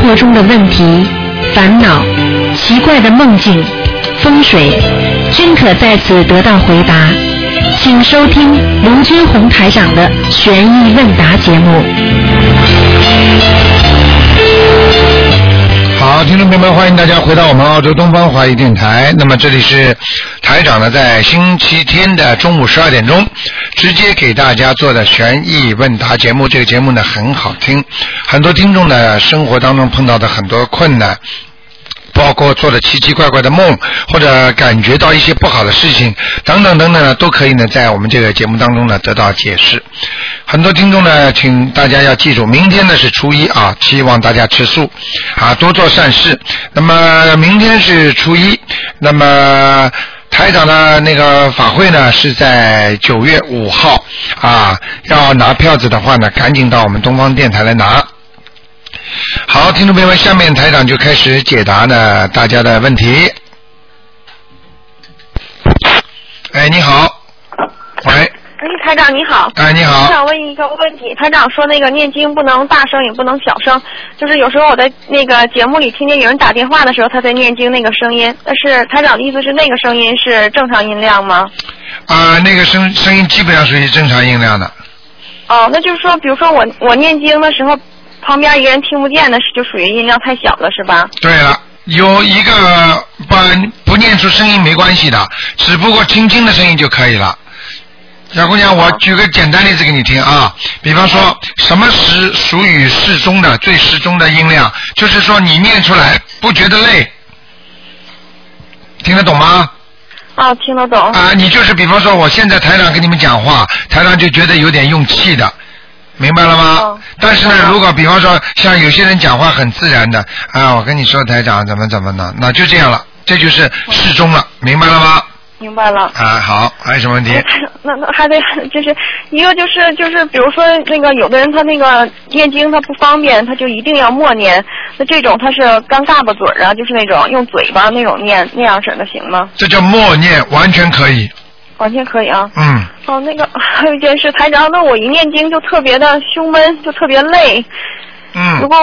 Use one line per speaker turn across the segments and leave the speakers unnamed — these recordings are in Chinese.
活中的问题、烦恼、奇怪的梦境、风水，均可在此得到回答。请收听卢军红台长的《悬疑问答》节目。
好，听众朋友们，欢迎大家回到我们澳洲东方华语电台。那么这里是台长呢，在星期天的中午十二点钟，直接给大家做的悬疑问答节目。这个节目呢很好听，很多听众呢生活当中碰到的很多困难，包括做了奇奇怪怪的梦，或者感觉到一些不好的事情，等等等等呢，都可以呢在我们这个节目当中呢得到解释。很多听众呢，请大家要记住，明天呢是初一啊，希望大家吃素啊，多做善事。那么明天是初一，那么。台长的那个法会呢是在九月五号啊，要拿票子的话呢，赶紧到我们东方电台来拿。好，听众朋友们，下面台长就开始解答呢大家的问题。哎，你好，喂，
哎，台长你好。
哎，你
我
好，
想问一个问题，台长说那个念经不能大声也不能小声，就是有时候我在那个节目里听见有人打电话的时候他在念经那个声音，但是台长的意思是那个声音是正常音量吗？
啊、那个声声音基本上属于正常音量的，
哦，那就是说，比如说我我念经的时候，旁边一个人听不见的是就属于音量太小了是吧？
对了，有一个不不念出声音没关系的，只不过轻轻的声音就可以了。小姑娘，我举个简单例子给你听啊，比方说什么是属于适中的、最适中的音量，就是说你念出来不觉得累，听得懂吗？
哦，听得懂。
啊、你就是比方说，我现在台长跟你们讲话，台长就觉得有点用气的，明白了吗？
哦
但是呢
明白，了
如果比方说像有些人讲话很自然的，啊，我跟你说台长怎么怎么呢，那就这样了，这就是
嗯
适中了，明白了吗？
明白了。
啊，好，还有什么问题？
嗯那那还得就是一个就是就是，比如说那个有的人他那个念经他不方便，他就一定要默念，那这种他是干尬巴嘴儿啊，就是那种用嘴巴那种念那样式儿的行吗？
这叫默念，完全可以，
完全可以啊。
嗯。
哦，那个 还有一件事，台长，那我一念经就特别的胸闷，就特别累，如
嗯，
果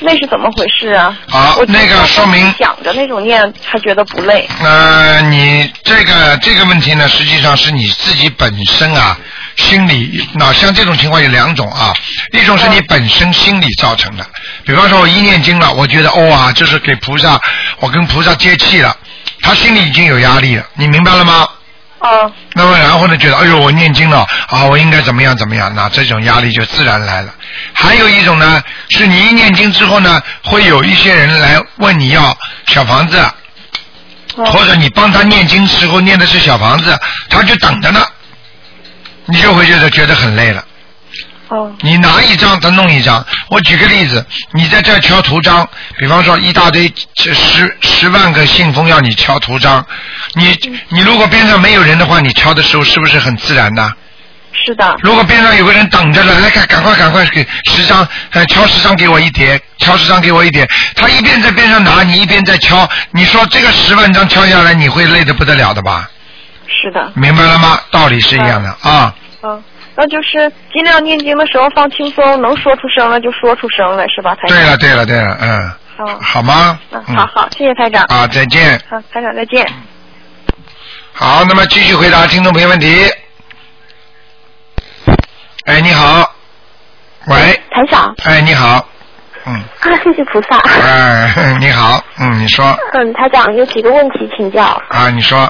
那是怎么回事啊？
好
我，
那个说明，
想着那种念，还觉得不累。
呃，你这个这个问题呢，实际上是你自己本身啊，心理那像这种情况有两种啊，一种是你本身心理造成的，比方说我一念经了，我觉得哦啊，这是给菩萨，我跟菩萨接气了，他心里已经有压力了，你明白了吗？
啊，
那么然后呢，觉得哎呦，我念经了啊，我应该怎么样怎么样，那这种压力就自然来了。还有一种呢，是你一念经之后呢，会有一些人来问你要小房子，
嗯
或者你帮他念经时候念的是小房子，他就等着呢，你就会觉得觉得很累了。
哦，
你拿一张，他弄一张。我举个例子，你在这儿敲图章，比方说一大堆这十十万个信封要你敲图章，你你如果边上没有人的话，你敲的时候是不是很自然呢？
是的，
如果边上有个人等着了，来哎赶赶快赶快给十张，呃，敲十张给我一叠，敲十张给我一叠。他一边在边上拿，你一边在敲，你说这个十万张敲下来，你会累得不得了的吧？
是的，
明白了吗？道理是一样的啊。
嗯。那就是尽量念经的时候放轻松，能说出声来就说出声来，是吧，台长？
对了对了对了，嗯，
嗯
好吗？
嗯，好好，谢谢台长。
啊，再见。
好，台长再见。
好，那么继续回答听众朋友问题。哎，你好，喂，
台长，
哎，你好，嗯，
啊，谢谢菩萨。
哎， 你好，嗯，你说
嗯，台长有几个问题请教。
啊，你说，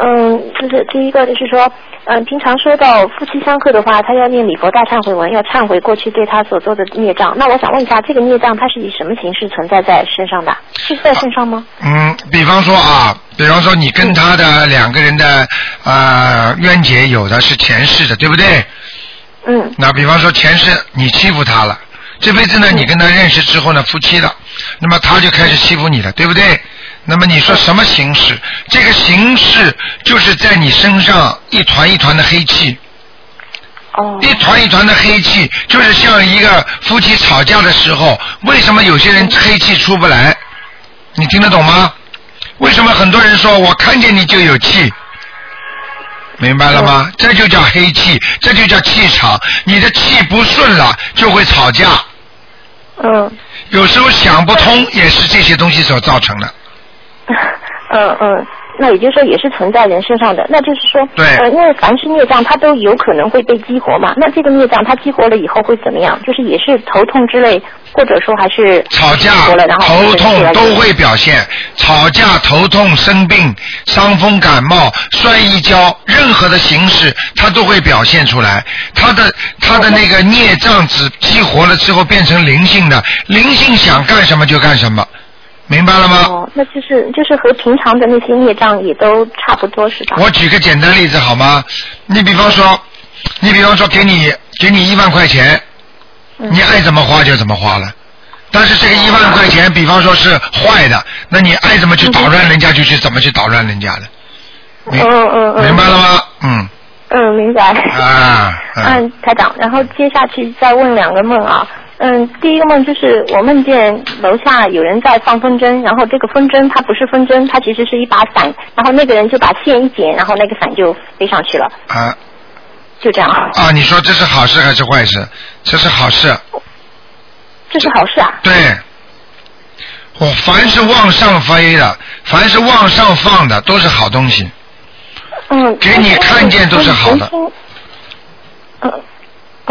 嗯，就是第一个就是说，嗯，平常说到夫妻相克的话，他要念礼佛大忏悔文，要忏悔过去对他所做的孽障。那我想问一下，这个孽障它是以什么形式存在在身上的？是在身上吗？
嗯，比方说啊，比方说你跟他的两个人的啊、呃冤结，有的是前世的，对不对？
嗯
那比方说前世你欺负他了，这辈子呢你跟他认识之后呢夫妻了，那么他就开始欺负你了，对不对？那么你说什么形式？这个形式就是在你身上一团一团的黑气，
哦
一团一团的黑气，就是像一个夫妻吵架的时候，为什么有些人黑气出不来？你听得懂吗？为什么很多人说我看见你就有气？明白了吗？这就叫黑气，这就叫气场。你的气不顺了，就会吵架。
嗯
有时候想不通也是这些东西所造成的。
嗯嗯，那也就是说也是存在人身上的。那就是说，
对
呃，因为凡是孽障，它都有可能会被激活嘛。那这个孽障它激活了以后会怎么样？就是也是头痛之类，或者说还是
吵
激
架
活了，然、后
头
生气
痛
了
都。会表现，吵架、头痛、生病、伤风感冒、摔一跤，任何的形式它都会表现出来。它的它的那个孽障只激活了之后变成灵性的，灵性想干什么就干什么，明白了吗？
哦，那就是就是和平常的那些孽障也都差不多是吧？
我举个简单例子好吗？你比方说，你比方说给你给你一万块钱，
嗯哦
你爱怎么花就怎么花了。但是这个一万块钱，比方说是坏的，那你爱怎么去捣乱人家就去怎么去捣乱人家的，明
嗯嗯嗯，
明白了吗？嗯
嗯，明白。
啊嗯
嗯，台长，然后接下去再问两个梦啊。嗯，第一个梦就是我梦见楼下有人在放风筝，然后这个风筝它不是风筝，它其实是一把伞，然后那个人就把线一剪，然后那个伞就飞上去了，
啊
就这样。
啊！你说这是好事还是坏事？这是好事。
这是好事啊？
对，我凡是往上飞的，凡是往上放的，都是好东西。
嗯。
给你看见都是好
我以前
的
听。嗯。呃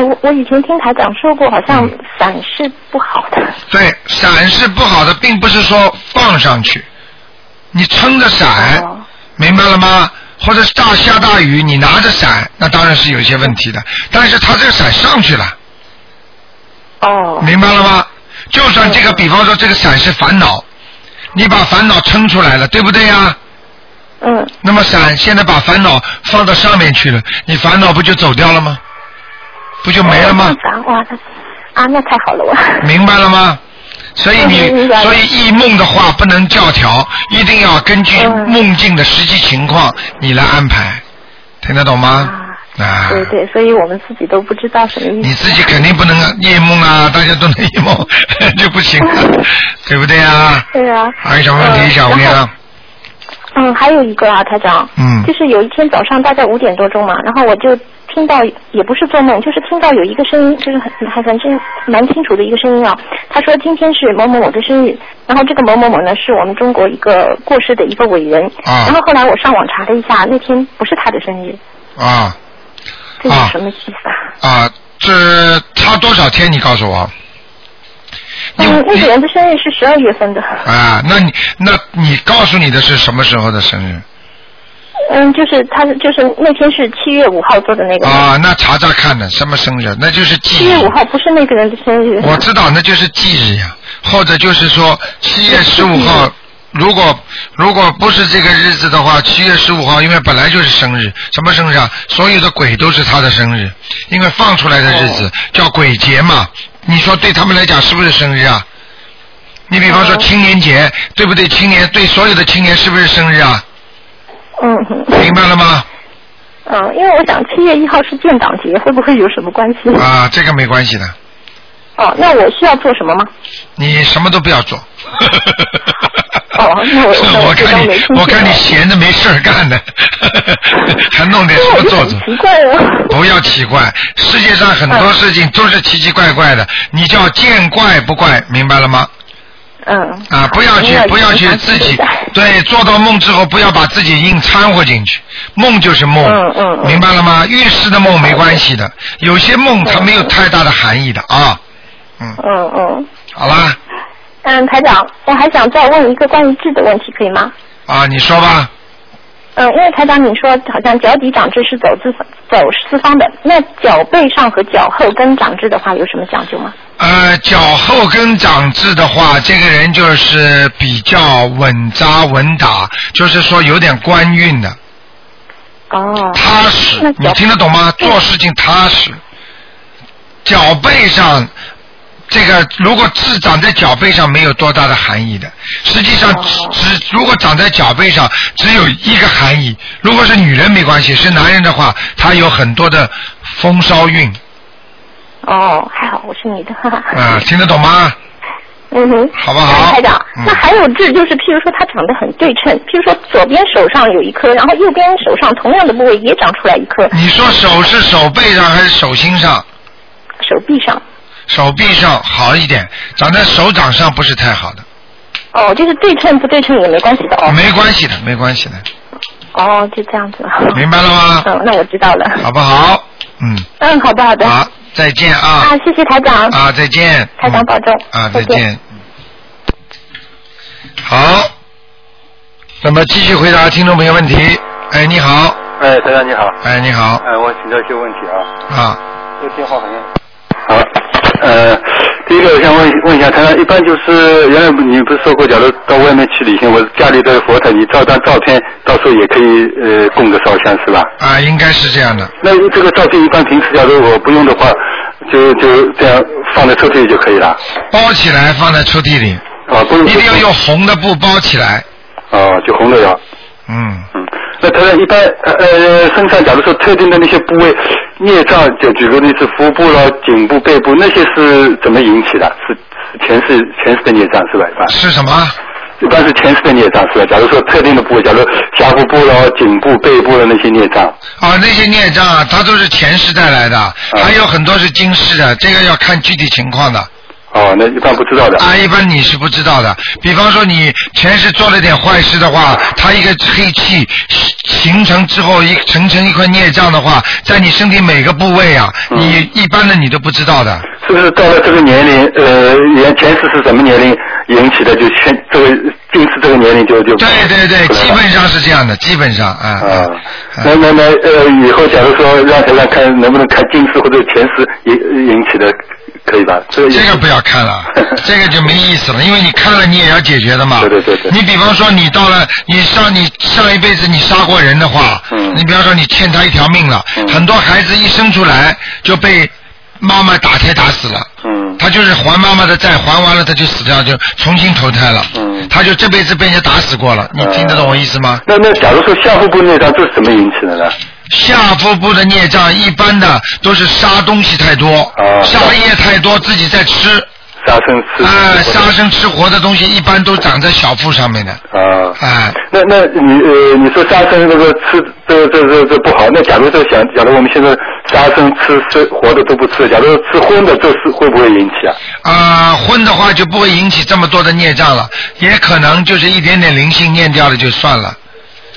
我我以前听台长说过，好像
嗯
伞是不好的。
对，伞是不好的，并不是说放上去，你撑着伞，
哦
明白了吗？或者是大下大雨，你拿着伞，那当然是有一些问题的。但是它这个伞上去了，
哦。
明白了吗？就算这个，比方说这个伞是烦恼，你把烦恼撑出来了，对不对呀？
嗯，
那么伞现在把烦恼放到上面去了，你烦恼不就走掉了吗？不就没了吗？
这样子啊哇，那啊，那太好了 我。
明白了吗？所以
嗯
你
明，白了
所以异梦的话不能教条，一定要根据
嗯
梦境的实际情况你来安排，听得懂吗？啊，
对对，所以我们自己都不知道什么意
你
思。
自己肯定不能啊夜梦啊，大家都能夜梦 就不行 了，对不对啊？
对啊。
还有什么问题，
嗯
小姑
然后
娘？
嗯，还有一个啊，台长。
嗯
就是有一天早上大概五点多钟嘛，然后我就听到，也不是做梦，就是听到有一个声音，就是很还反正蛮清楚的一个声音啊。他说今天是某某某的生日，然后这个某某某呢是我们中国一个过世的一个伟人。
啊
然后后来我上网查了一下，那天不是他的生日，
啊
这是
啊
什么意思啊？
啊，这差多少天？你告诉我。你
嗯，那
你
个人的生日是十二月份的。
啊，那你那你告诉你的是什么时候的生日？
嗯，就是他就是那天是七月五号做的那个梦。
啊，那查查看呢，什么生日？那就是忌
七
日
月。五号不是那个人的生日。
我知道，那就是忌日呀，或者就是说七月十五号，如果如果不是这个日子的话，七月十五号，因为本来就是生日，什么生日啊？所有的鬼都是他的生日，因为放出来的日子叫鬼节嘛。你说对他们来讲是不是生日啊？你比方说
哦
青年节，对不对？青年对所有的青年是不是生日啊？
嗯嗯
明白了吗？
嗯，因为我想七月一号是建党节，会不会有什么关系？
啊，这个没关系的。
哦，那我需要做什么吗？
你什么都不要做。
哦那我那我
看
这张
你
没听，见
我看你闲着没事儿干呢， 还弄点什
因为我
么做
就
做
很。奇怪嗯哦。
不要奇怪，世界上很多事情都是奇奇怪怪的，你叫见怪不怪，明白了吗？
嗯。
啊，不要去
好，
不要去自己， 对，做到梦之后不要把自己硬掺和进去，梦就是梦，
嗯嗯嗯
明白了吗？预示的梦没关系的，有些梦它没有太大的含义的啊，嗯，
嗯嗯。
好啦，
嗯，台长，我还想再问一个关于痣的问题，可以吗？
啊，你说吧。
嗯，因为台长你说好像脚底长痣是走四方走四方的，那脚背上和脚后跟长痣的话有什么讲究吗？
呃，脚后跟长痣的话，这个人就是比较稳扎稳打，就是说有点官运的，
哦。
踏实
那。
你
脚嗯
听得懂吗？做事情踏实。脚背上，这个如果痣长在脚背上，没有多大的含义的。实际上
哦
只，只如果长在脚背上，只有一个含义。如果是女人没关系，是男人的话，他有很多的风骚运
哦，还好我是你的，哈哈。
啊、听得懂吗？
嗯哼，
好不好
台长，
嗯
那还有痣，就是譬如说它长得很对称，譬如说左边手上有一颗，然后右边手上同样的部位也长出来一颗，
你说手是手背上还是手心上？
手臂上。
手臂上好一点，长在手掌上不是太好的，
哦，就是对称不对称也没关系的哦。
没关系的，没关系的，
哦，就这样子。
明白了吗？
嗯，那我知道了。
好不好？嗯，
嗯，好的好的。
好，再见啊
啊，谢谢台长。
啊，再见，
台长保重
嗯啊，再
再见
见。嗯好，那么继续回答听众朋友问题。哎，你好，
哎，台长你好，
哎，你好
哎，我请教一些问题啊，
啊，
这个电话好像。好，呃，第一个我想问问一下，台长，一般就是原来你不是说过，假如到外面去旅行，我家里的佛台，你照张照片，到时候也可以呃供个烧香是吧？
啊，应该是这样的。
那这个照片一般平时假如我不用的话，就就这样放在抽屉里就可以了。
包起来放在抽屉里，
啊，不用
一定要用红的布包起来。
啊，就红的要。
嗯，
嗯，那他一般呃呃身上，假如说特定的那些部位孽障，就举个例子，腹部了、颈部、背部那些是怎么引起的？是是前世前世的孽障是吧？一般
是什么？
一般是前世的孽障是吧？假如说特定的部位，假如下腹部了、颈部、背部的那些孽障，
啊，那些孽障啊，它都是前世带来
啊
的，还有很多是今世的，这个要看具体情况的。
哦，那一般不知道的。
啊，一般你是不知道的。比方说你前世做了点坏事的话，它一个黑气形成之后，一形成一块孽障的话，在你身体每个部位啊，
嗯
你一般的你都不知道的。
是不是到了这个年龄，呃，原前世是什么年龄引起的？就现这个近视这个年龄就就
对对对，
不知道
基
了
本上是这样的，基本上啊。
啊
啊，
那那那呃，以后假如说让台上看能不能看近视或者前视引引起的，可以吧？这个
这个不要 看了，这个就没意思了，因为你看了你也要解决的嘛。
对对对对
你比方说你到了，你上你上一辈子你杀过人的话，
嗯
你比方说你欠他一条命了，
嗯
很多孩子一生出来就被妈妈打胎打死了。
嗯
他就是还妈妈的债，还完了他就死掉，就重新投胎了。
嗯
他就这辈子被人家打死过了，你听得懂我意思吗？
那那假如说下腹部那张这是什么引起的呢？
下腹部的孽障一般的都是杀东西太多，
啊
杀业太多，自己在吃，
杀生吃
啊，杀生吃活的东西一般都长在小腹上面的，
啊。
啊，
那那你呃，你说杀生那个吃这这这这不好。那假如说想，假如我们现在杀生吃吃活的都不吃，假如吃荤的，这是会不会引起啊？
啊，荤的话就不会引起这么多的孽障了，也可能就是一点点灵性念掉了就算了。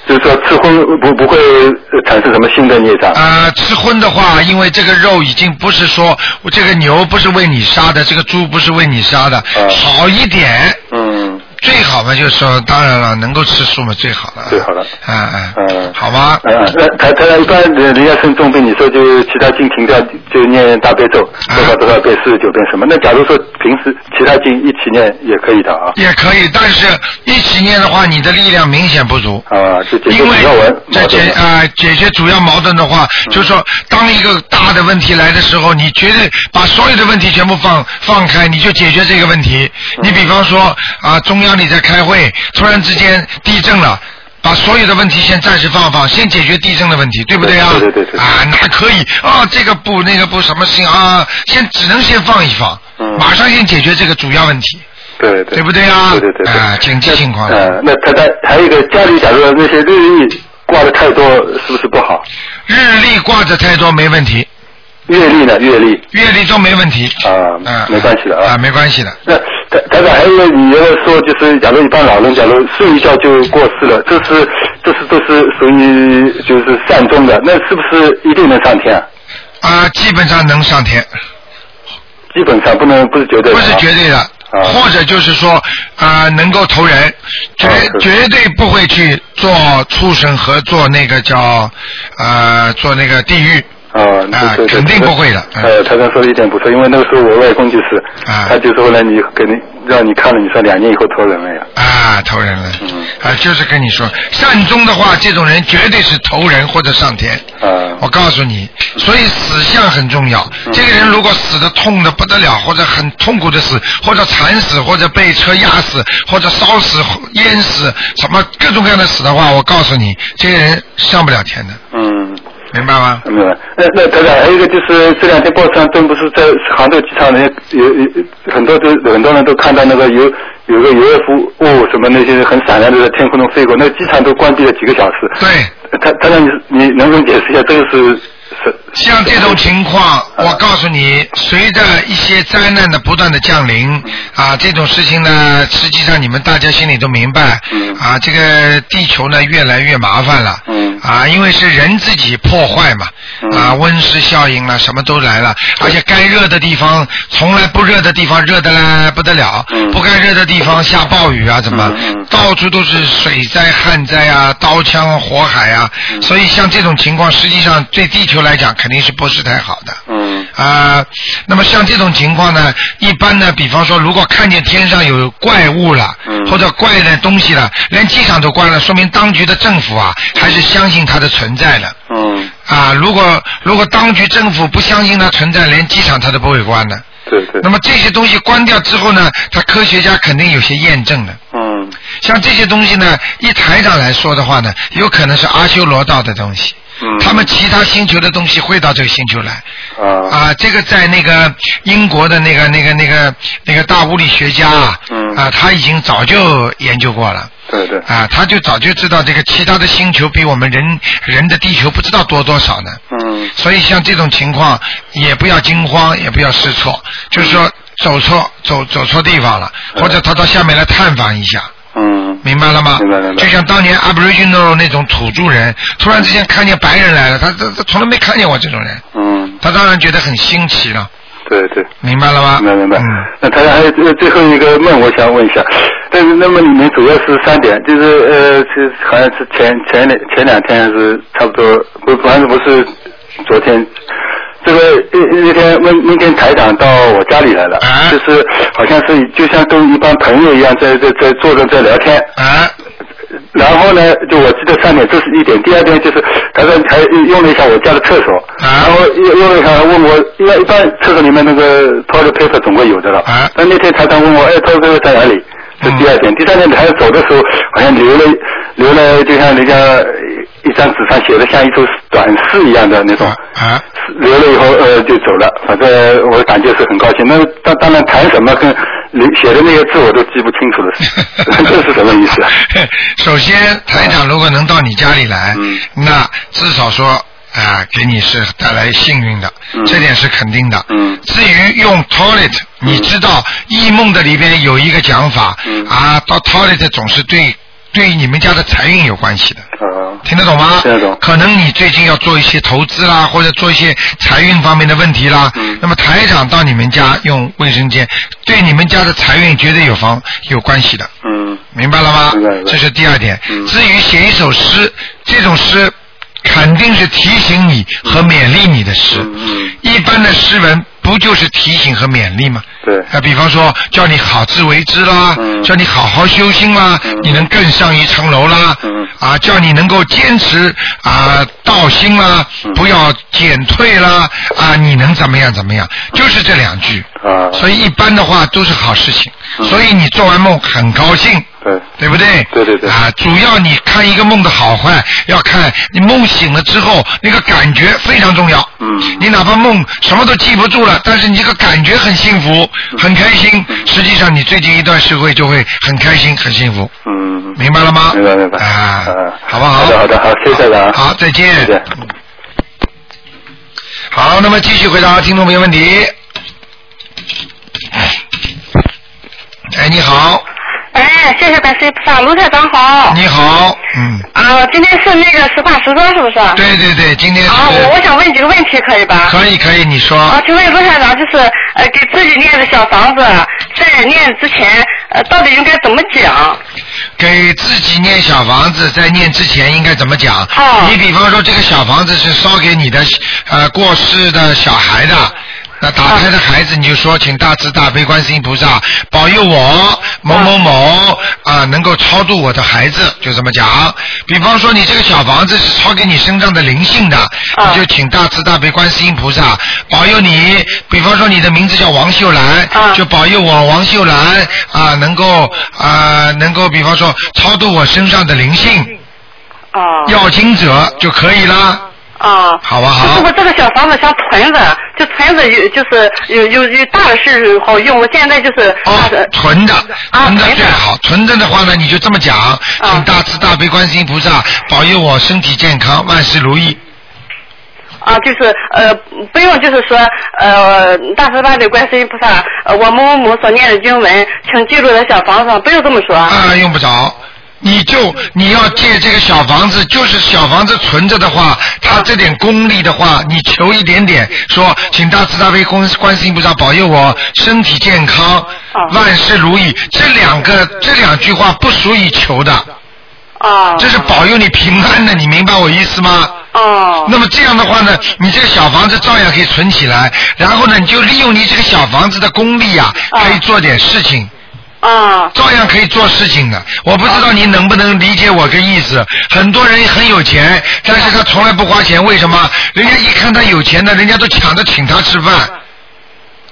就是说吃荤不不会呃产生什么新的孽障？
啊，吃荤的话，因为这个肉已经不是说我这个牛不是为你杀的，这个猪不是为你杀的，
嗯
好一点，
嗯。
最好嘛就是说，当然了，能够吃素嘛最好了。
最好了
啊啊，
嗯
好吧，
嗯，那台台长一般人人家生重病，你说就其他经停掉就念大悲咒
啊
多少多少遍四十九遍什么？那假如说平时其他经一起念也可以的啊
也可以，但是一起念的话，你的力量明显不足。
啊，就解决
因为
主要文
在
矛
解
盾嗯
啊、解决主要矛盾的话，就是说，当一个大的问题来的时候，你绝对把所有的问题全部放放开，你就解决这个问题。
嗯
你比方说啊，中央你在开会，突然之间地震了。把所有的问题先暂时放放，先解决地震的问题，对不对啊？
对对对对对
啊，那可以啊，这个不那个不什么事情啊，先只能先放一放，
嗯
马上先解决这个主要问题，
对对
对不对啊？
对对对对
啊，紧急情况。
嗯，那台长还有一个家里，假如那些日历挂的太多，是不是不好？
日历挂着太多没问题，
月历呢？月历
阅历都没问题。
啊
嗯，
没关系的
啊，
啊。
没关系的。
那台台长还有一个，你原来说就是，假如一般老人假如睡一觉就过世了，这是这是这是属于就是善终的，那是不是一定能上天啊？
啊，基本上能上天，
基本上不能不是绝对
不
的啊，
是绝对的，或者就是说，啊，能够投人，绝
啊是
绝对不会去做畜生和做那个叫，呃，做那个地狱。
啊，
啊
对对对
肯定不会的嗯
呃，台长说的一点不错，因为那个时候我外公就是，
啊
他就是后来你给你让你看了，你说两年以后投人了呀。
啊，投人了
嗯，
啊，就是跟你说，善终的话，这种人绝对是投人或者上天。
啊嗯
我告诉你，所以死相很重要。这个人如果死的痛的不得了，或者很痛苦的死，或者惨死，或者被车压死，或者烧死、淹死，什么各种各样的死的话，我告诉你，这个人上不了天的，
嗯，
明白吗？
明白。那那台长还有一个就是这两天报纸上真不是在杭州机场人有有有很多都很多人都看到那个有有个 UFO 什么那些很闪亮的在天空中飞过，那个机场都关闭了几个小时。
对，
台台长你你能不能解释一下这个是什
像这种情况，我告诉你，随着一些灾难的不断的降临，啊，这种事情呢，实际上你们大家心里都明白，啊，这个地球呢越来越麻烦了，啊，因为是人自己破坏嘛，啊，温室效应了，什么都来了，而且该热的地方从来不热的地方热的啦不得了，不该热的地方下暴雨啊，怎么，到处都是水灾、旱灾啊，刀枪火海啊，所以像这种情况，实际上对地球来讲肯定是不是太好的。
嗯
啊、那么像这种情况呢，一般呢，比方说，如果看见天上有怪物了，
嗯
或者怪的东西了，连机场都关了，说明当局的政府啊，还是相信它的存在的。
嗯，
啊，如果如果当局政府不相信它存在，连机场它都不会关的。
对对
那，么这些东西关掉之后呢，它科学家肯定有些验证的。
嗯
像这些东西呢，一台长来说的话呢，有可能是阿修罗道的东西，
嗯，
他们其他星球的东西会到这个星球来。
啊，
啊，这个在那个英国的那个那个那个那个大物理学家啊，
嗯
啊，他已经早就研究过了。
对对，
啊，他就早就知道这个其他的星球比我们人人的地球不知道多多少呢，
嗯
所以像这种情况也不要惊慌，也不要试错，就是说走错走走错地方了，或者他到下面来探访一下，
嗯
明白了吗？
明白明白
就像当年 Aboriginal 那种土著人，突然之间看见白人来了，他他他从来没看见我这种人，
嗯，
他当然觉得很新奇了。
对对。
明白了吗？
明白明白
嗯，。
那台长还有最最后一个梦，我想问一下，但是那么你们主要是三点，就是呃，是好像是前前两前两天是差不多，不不反正不是昨天。这个那那天那那天台长到我家里来了，
啊
就是好像是就像跟一般朋友一样在在在坐着在聊天，
啊，
然后呢，就我记得三点，这是一点。第二点就是，他说还用了一下我家的厕所，
啊
然后用用了一下，问我，因为一般厕所里面那个 toilet paper 总归有的了。
啊嗯
但那天他他问我，哎，toilet paper 在哪里？这第二点。第三点，他走的时候好像留了留了，就像人家一张纸上写的像一首短诗一样的那种。
啊啊，
留了以后呃就走了，反正我感觉是很高兴。那当当然谈什么跟写的那些字我都记不清楚了，这是什 么意思啊？
首先，台长如果能到你家里来，
啊嗯
那至少说啊、给你是带来幸运的，
嗯
这点是肯定的。
嗯
至于用 toilet，你知道异梦的里边有一个讲法，
嗯
啊，到 toilet 总是对对你们家的财运有关系的。
啊，
听得懂吗？
听得懂
可能你最近要做一些投资啦，或者做一些财运方面的问题啦。
嗯
那么台长到你们家用卫生间，对你们家的财运绝对有方有关系的，
嗯
明白了吗？
明白明白
这是第二点。
嗯
至于写一首诗，这种诗肯定是提醒你和勉励你的诗。
嗯嗯
一般的诗文不就是提醒和勉励吗？
对
啊，比方说叫你好自为之啦，
嗯
叫你好好修心啦，
嗯
你能更上一层楼啦，
嗯
啊，叫你能够坚持啊道心啦，
嗯
不要减退啦，啊，你能怎么样怎么样，就是这两句。
啊，
所以一般的话都是好事情，
嗯
所以你做完梦很高兴，
对，
对不对？
对对对
啊，主要你看一个梦的好坏，要看你梦醒了之后那个感觉非常重要。
嗯
你哪怕梦什么都记不住了，但是你这个感觉很幸福，很开
嗯
心。实际上你最近一段时会就会很开心，很幸福，
嗯，
明白了吗？
明白明白
啊
嗯
啊，
好不好？
好的好的好谢谢了啊
好，再见。
谢谢。
好，那么继续回答听众朋友问题。哎，你好，
哎，谢谢白师菩萨，卢台长好。
你好，嗯，
啊，今天是那个实话实说是不是？啊，
对对对，今天是
我我想问几个问题可以吧？
可以可以，你说
啊，请问卢台长，就是呃给自己念的小房子，在念之前，呃到底应该怎么讲？
给自己念小房子，在念之前应该怎么讲？
哦
你比方说这个小房子是烧给你的呃过世的小孩的。那打胎的孩子，你就说，请大慈大悲观世音菩萨保佑我某某某啊、能够超度我的孩子，就这么讲。比方说，你这个小房子是超给你身上的灵性的，
啊
你就请大慈大悲观世音菩萨保佑你。比方说，你的名字叫王秀兰，
啊
就保佑我王秀兰啊，能够啊，能够比方说超度我身上的灵性，
啊
要经者就可以啦，
啊。
好不
就是
好
我？这个小房子想囤着，就囤着有就是有有有大的事好用。我现在就是大的
哦，存着，
啊
存着
存着
最好。存着的话呢，你就这么
啊
讲，请大慈大悲观世音菩萨保佑我身体健康，万事如意。
啊，就是呃，不用就是说呃，大慈大悲观世音菩萨，呃我某某某所念的经文，请记录在小房子上，不用这么说。
啊，用不着。你就你要借这个小房子，就是小房子存着的话，他这点功力的话，你求一点点，说请大慈大悲观观世音菩萨保佑我身体健康，万事如意，这两个这两句话不属于求的，
啊
这是保佑你平安的，你明白我意思吗？
哦
那么这样的话呢，你这个小房子照样可以存起来，然后呢，你就利用你这个小房子的功力啊，
啊
可以做点事情。
啊
照样可以做事情的。我不知道您能不能理解我个意思。很多人很有钱，但是他从来不花钱，为什么？人家一看他有钱的，人家都抢着请他吃饭，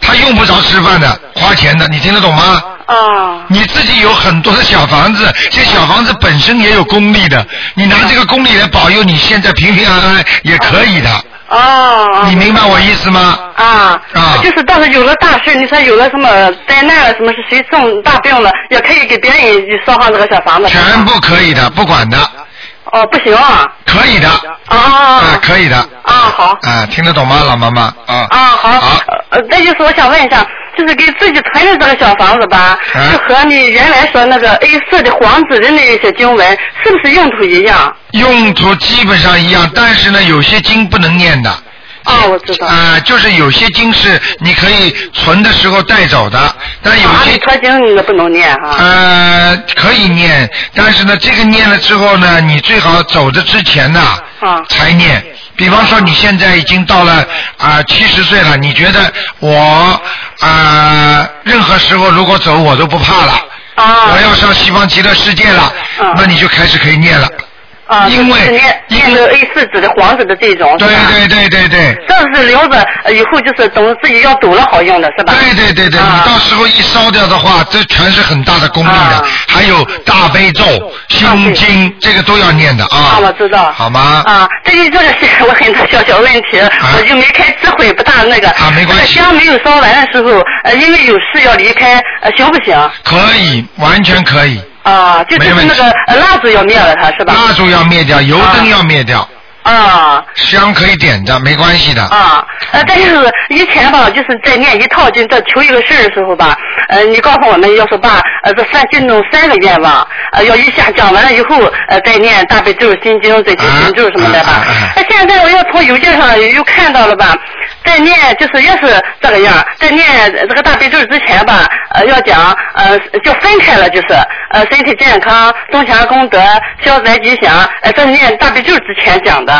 他用不着吃饭的，花钱的，你听得懂吗？
啊
你自己有很多的小房子，这小房子本身也有功力的，你拿这个功力来保佑你现在平平安安也可以的，
哦哦。
你明白我意思吗？
啊，
啊
就是到时候有了大事，你说有了什么灾难啊了，什么是谁生大病了，也可以给别人烧上这个小房子。
全部可以的，不管的，
哦，不行啊！
可以的，
啊
啊，
啊
可以的，
啊好
啊，听得懂吗，老妈妈？啊
啊好
好，
呃，那就是我想问一下，就是给自己存的这个小房子吧，
啊
就和你原来说那个 A 四的黄纸的那一些经文，是不是用途一样？
用途基本上一样，但是呢，有些经不能念的。
啊，我知道。
啊、就是有些经是你可以存的时候带走的，但有
阿弥
些
陀经啊你都不能念哈、
呃可以念，但是呢，这个念了之后呢，你最好走的之前呢、
啊
才念。比方说你现在已经到了啊七十岁了，你觉得我啊、任何时候如果走我都不怕了，
啊
我要上西方极乐世界了，
嗯
那你就开始可以念了。
啊，
因为
就是念
因
念
为
那个 A 四纸的黄纸的这种，是
对
吧
对对对对。
这是留着呃以后就是等自己要走了好用的是吧？
对对对对，
啊
你到时候一烧掉的话，这全是很大的功力的
啊，
还有大悲咒、心经，这个都要念的啊
啊，。我知道。
好吗？
啊，这就这个是 我很多小小问题，我就没开智慧不大那个。
啊没关系
香没有烧完的时候，呃，因为有事要离开，呃，行不行？
可以，完全可以。
啊，就
没
是
问题
那个呃蜡烛要灭了它是吧？
蜡烛要灭掉，油灯要灭掉，
啊
香可以点的，没关系的。
啊，呃，但是以前吧，就是在念一套经，在求一个事儿的时候吧，呃，你告诉我们要说把呃这三就弄三个愿望，呃，要一下讲完了以后，呃，再念大悲咒、心经、准提神咒什么的吧
啊啊啊啊。
那、现在我要从邮件上又看到了吧，在念就是也是这个样儿，在念这个大悲咒之前吧，呃，要讲呃就分开了，就是呃身体健康、增强功德、消灾吉祥，呃，这是念大悲咒之前讲的。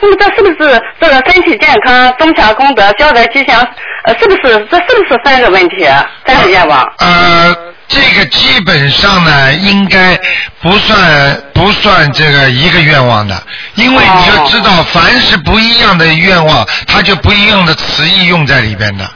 那么这是不是这个身体健康、增强功德、消灾吉祥，呃，是不是这是不是三个问题？啊三个愿望？
呃，这个基本上呢，应该不算不算这个一个愿望的，因为你要
哦
知道，凡是不一样的愿望，它就不一样的词义用在里边的。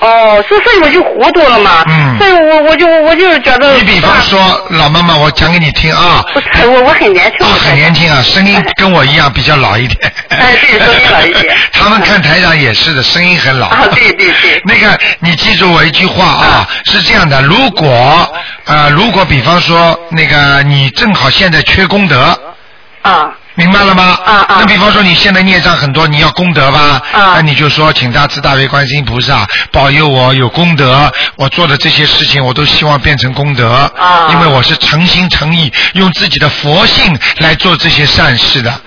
哦，所以所以我就糊涂了嘛。
嗯
所以我我就我就是觉得。
你比方说，老妈妈，我讲给你听啊，
不是嗯我我很年轻。
啊，很年轻啊，声音跟我一样比较老一点。
哎是声音老一些
他们看台长也是的，声音很老。
啊对对对
那个，你记住我一句话啊
啊，
是这样的，如果呃，如果比方说那个你正好现在缺功德。
啊
明白了吗？
啊啊
那比方说你现在孽障很多，你要功德吧？
啊
那你就说，请大慈大悲观世音菩萨保佑我有功德，我做的这些事情我都希望变成功德。
啊
因为我是诚心诚意用自己的佛性来做这些善事的。
啊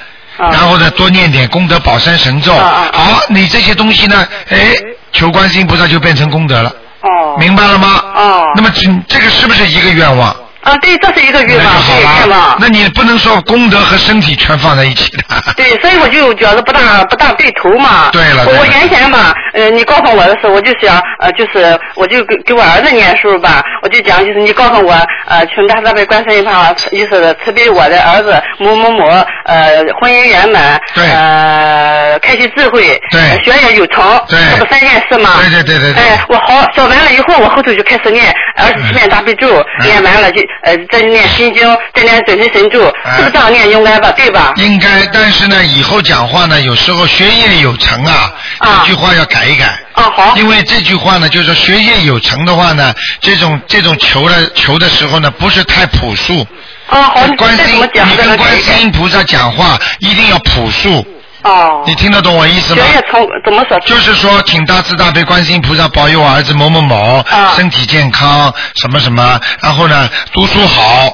然后呢，多念点功德宝山神咒。
啊啊
好，你这些东西呢，哎，求观世音菩萨就变成功德了，
哦。
明白了吗？
哦
那么这这个是不是一个愿望？
啊，对，这是一个
那
愿
就
望，
好
对
了。
愿望。
那你不能说功德和身体全放在一起的。
对，所以我就觉得不大不大对头嘛。
对了
我
对了
我原先吧，呃，你告诉我的时候，我就想，呃，就是我就给给我儿子念书吧，我就讲，就是你告诉我，呃，请大慈大悲观世音菩萨慈，就是慈悲我的儿子某某某，呃，婚姻圆满，
对
呃，开启智慧，
对
呃学业有成，
对
这不三件事嘛。
对对对对对
哎，我好说完了以后，我后头就开始念二十七遍大悲咒，
嗯
念完了就呃再念心经，再念准提神咒，
嗯
是不是这样念应该吧？对吧？
应该，但是呢，以后讲话呢，有时候学业有成啊，
啊
这句话要改一改。
啊，好。
因为这句话呢，就是说学业有成的话呢，这种这种求的求的时候呢，不是太朴素。
啊，好，你
观
再
世
怎么
音，
讲
你
再
跟
来
观
改一
世
改
音菩萨讲话一定要朴素，
哦，
你听得懂我意思
学
吗？
业从怎么说？
就是说，请大慈大悲观世音菩萨保佑我儿子某某某、
啊
身体健康，什么什么，然后呢，读书好，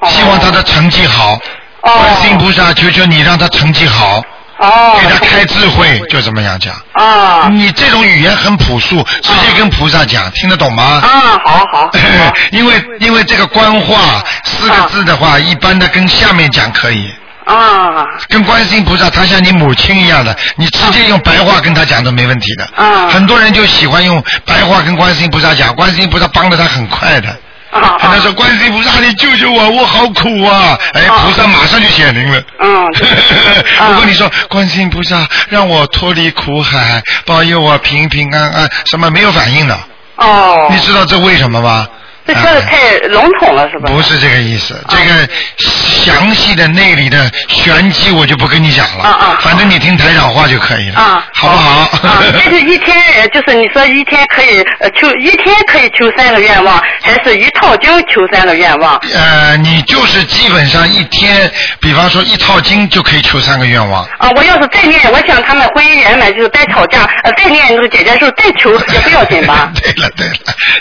哦
希望他的成绩好。观世音
哦
菩萨，求求你让他成绩好，
哦，
给他开智慧，就这么样讲。
啊
你这种语言很朴素，直接跟菩萨讲，听得懂吗？
啊，好好好，
因为因为这个官话四个
啊
字的话，一般的跟下面讲可以，
啊
跟观世音菩萨他像你母亲一样的，你直接用白话跟他讲都没问题的。
啊
很多人就喜欢用白话跟观世音菩萨讲，观世音菩萨帮的他很快的。
啊啊，
他说：“观世音菩萨，你救救我，我好苦啊！”哎，
啊
菩萨马上就显灵了。
嗯啊
如果你说观世音菩萨让我脱离苦海，保佑我平平安安，什么没有反应的，
哦，
你知道这为什么吗？
这说的
哎
太笼统了是吧？啊
不是这个意思，这个详细的内里的玄机我就不跟你讲了，
啊啊
反正你听台长话就可以了，
啊，
好不好？
啊，但是一天，呃就是你说一天可以呃求一天可以求三个愿望，还是一套经求三个愿望？
呃，你就是基本上一天，比方说一套经就可以求三个愿望。？
啊，我要是再念，我想他们婚姻圆满，就是再吵架，呃，再念那个姐姐说再求也不要紧吧
对了对了，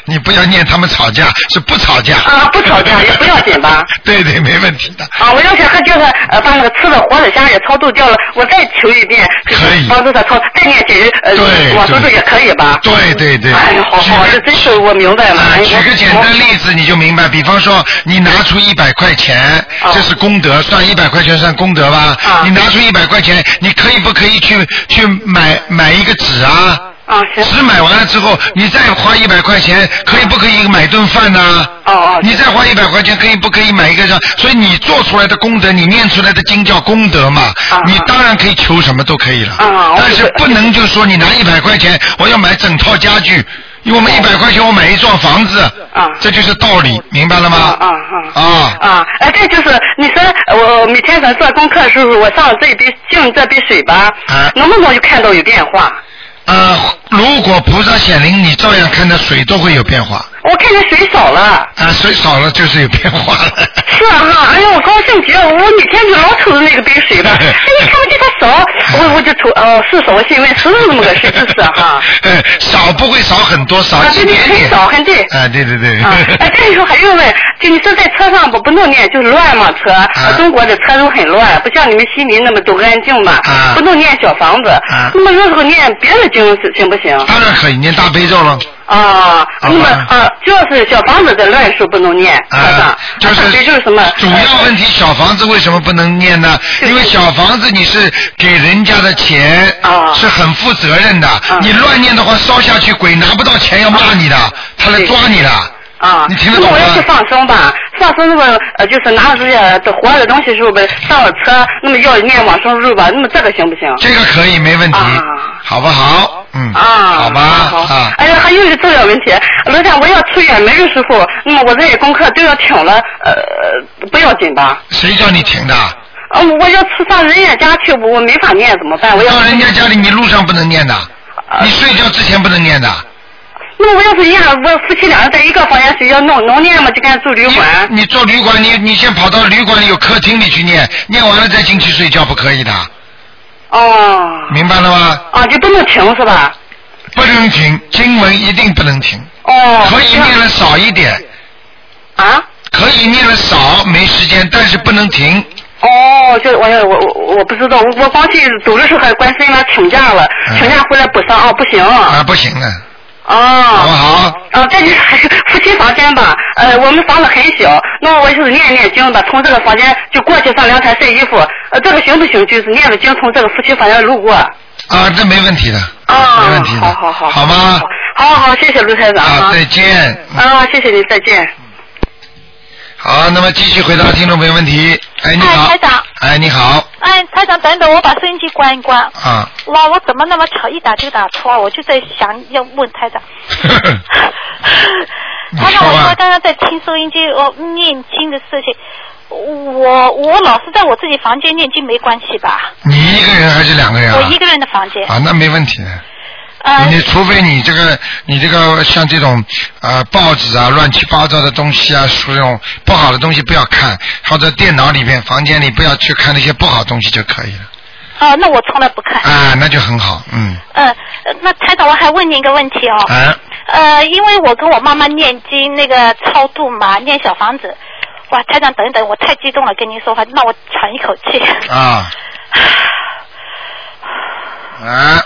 你不要念他们吵架，是不吵架。
啊不吵架也不要紧吧
对对，没问题的。
啊，我要是他就是呃把那个吃的活的虾也超度掉了，我再求一遍，就是
可以
帮助他超，再念姐姐呃
对，
往生咒
对
也可以吧？
对对对。
哎呀，好
举个
好，这真是我明白了。
啊，
哎
举个简单例子你就明白，比方说你拿出一百块钱，
啊
这是功德，算一百块钱算功德吧。
啊
你拿出一百块钱，你可以不可以去去买买一个纸啊？
啊，行。
纸买完了之后，你再花一百块钱，可以不可以买顿饭呐、
哦哦
你再花一百块钱，可以不可以买一个？所以你做出来的功德，你念出来的经叫功德嘛。
啊
你当然可以求什么都可以了。
啊
但是不能就说你拿一百块钱，我要买整套家具。因为我们一百块钱，我买一幢房子，
哦啊
这就是道理，明白了吗？
啊啊啊
啊
啊！哎，再就是你说我每天咱做功课的时候，我上了这一杯敬这杯水吧，
啊
能不能就看到有变化？
呃，如果菩萨显灵，你照样看到水都会有变化，
我看见水少了。
啊、水少了就是有变化了。
是啊哈，哎呀，我高兴极了，我每天就老瞅着那个杯水了， 哎呀，看不见它少，我我就瞅，哦，是少，我心里面是这么个事，就是啊 哈。
呃，少不会少很多，少
啊，
一
对对，
点
很
点。
少，很对。
啊，对对对。
啊，哎，再一个还有问，就你说在车上不不弄念，就是乱嘛车，
啊
呃中国的车都很乱，不像你们悉尼那么都安静嘛，
啊
不弄念小房子。
啊
那么如果念别的经是行不行？
当然可以念大悲咒了，
啊，
好吧
那么啊，就是小房子的乱数不能念，车上
啊，就
啊
是
这就是什么？呃嗯
主要问题，小房子为什么不能念呢？
就是
因为小房子你是给人家的钱，
啊
是很负责任的。你乱念的话，烧下去鬼拿不到钱要骂你的，他来抓你的。
啊，
你听得
那
懂
么
吗
我要去放生吧，放生那么呃，就是拿着这些的活的东西时候呗，上了车，那么要念往生咒吧，那么这个行不行？
这个可以，没问题
啊，
好不好？嗯，
啊，
好吧，
好
啊。
哎呀，还有一个重要问题，罗长，我要出远门的时候，那么我这些功课都要停了，呃，不要紧吧？
谁叫你停的？
呃，我要出上人家家去，我我没法念怎么办？我要
到人家家里，你路上不能念的，
啊
你睡觉之前不能念的。
那么我要是念，我夫妻两人在一个房间睡觉，能能念吗？就跟住旅馆。
你做旅馆，你你先跑到旅馆里有客厅里去念，念完了再进去睡觉，不可以的，
哦，
明白了吗？
啊，就不能停是吧？
不能停，经文一定不能停，
哦，
可以
这样
念了少一点，
啊。
可以念了少没时间，但是不能停。
哦，就我我我我不知道，我我光去走的时候还关心了请假了，
嗯
请假回来补上啊，不行
啊，不行的，好
哦，
不好？
啊，这就是还是夫妻房间吧，呃，我们房子很小，那我就是念念经吧，从这个房间就过去上阳台晒衣服，呃，这个行不行？就是念着经从这个夫妻房间路过。啊，
啊，这没问题的，
啊
没问题的，
好好好，
好吗？？
好好好，谢谢卢台长
啊，
啊
再见。
啊，谢谢你，再见。
好，那么继续回答听众朋友问题。哎，你
哎，
好
台。长，
哎，你好。
哎，台长，等等，我把收音机关一关。
啊。
哇，我怎么那么巧，一打就打错？我就在想要问台长。
你
台长，
说
我
吧
说刚刚在听收音机哦，念经的事情，我我老是在我自己房间念经，没关系吧？
你一个人还是两个人啊？
我一个人的房间。
啊，那没问题的。
呃，
你除非你这个你这个像这种呃报纸啊乱七八糟的东西啊，属于这种不好的东西不要看，或者电脑里边、房间里不要去看那些不好东西就可以了。
哦，那我从来不看。
啊，那就很好，嗯，
嗯、呃那台长，我还问您一个问题哦。
啊，
呃，因为我跟我妈妈念经那个超度嘛，念小房子。哇，台长，等一等，我太激动了，跟您说话，让我喘一口气。
啊，啊，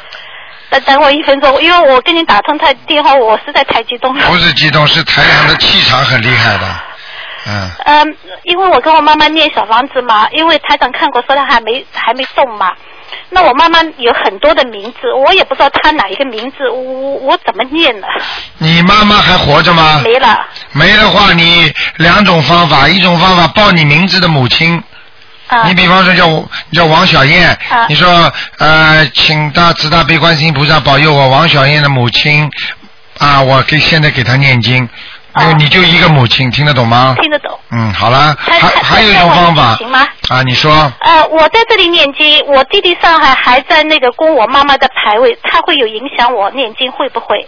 等等我一分钟，因为我跟你打通他电话，我实在太激动了。
不是激动，是台长的气场很厉害的，嗯，
嗯，因为我跟我妈妈念小房子嘛，因为台长看过说她还没还没动嘛。那我妈妈有很多的名字，我也不知道她哪一个名字，我我怎么念呢？
你妈妈还活着吗？
没了，
没的话，你两种方法，一种方法报你名字的母亲，
啊、
你比方说叫我叫王小燕，
啊
你说呃，请大慈大悲观世音菩萨保佑我王小燕的母亲啊，我给现在给她念经，
哦
你就一个母亲，听得懂吗？
听得懂。
嗯，好了，
还
还还有一种方法
行吗？
啊，你说
呃，我在这里念经，我弟弟上海还在那个供我妈妈的牌位，他会有影响我念经会不会？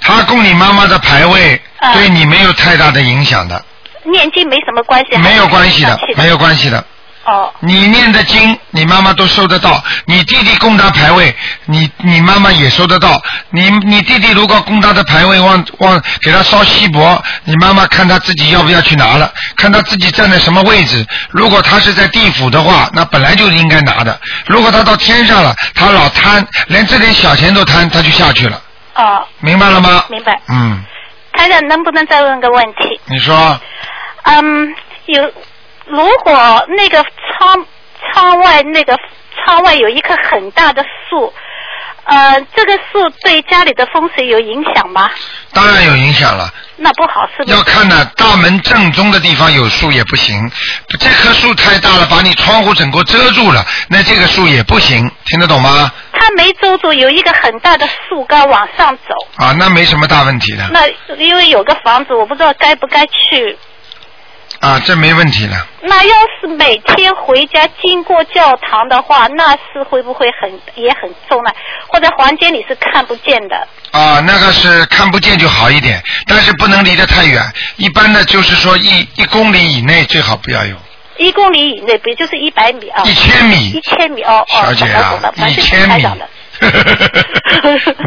他供你妈妈的牌位
啊
对你没有太大的影响的，
念经没什么关系，
没有关系的
还是有，影响
没
气
有关系的。
哦
你念的经，你妈妈都收得到；你弟弟供他牌位，你你妈妈也收得到。你你弟弟如果供他的牌位，忘忘给他烧锡箔，你妈妈看他自己要不要去拿了，看他自己站在什么位置。如果他是在地府的话，那本来就应该拿的；如果他到天上了，他老贪，连这点小钱都贪，他就下去了。
哦，
明白了吗？
明白。
嗯，
台长能不能再问个问题？
你说
嗯，有如果那个窗窗外那个窗外有一棵很大的树，呃，这个树对家里的风水有影响吗？
当然有影响了。
那不好是不
要
是？
看呢、大门正中的地方有树也不行，这棵树太大了，把你窗户整个遮住了，那这个树也不行，听得懂吗？
它没遮住，有一个很大的树干往上走。
啊，那没什么大问题的，
那因为有个房子，我不知道该不该去。
啊，这没问题的，
那要是每天回家经过教堂的话，那是会不会很也很重呢？啊或者房间里是看不见的？
啊，那个是看不见就好一点，但是不能离得太远，一般的就是说一一公里以内最好不要有，
一公里以内，比就是一百米啊。
一千
一
米，
千米哦哦，
小姐啊
懂了懂了，反
一
正
千
台
米
长的。，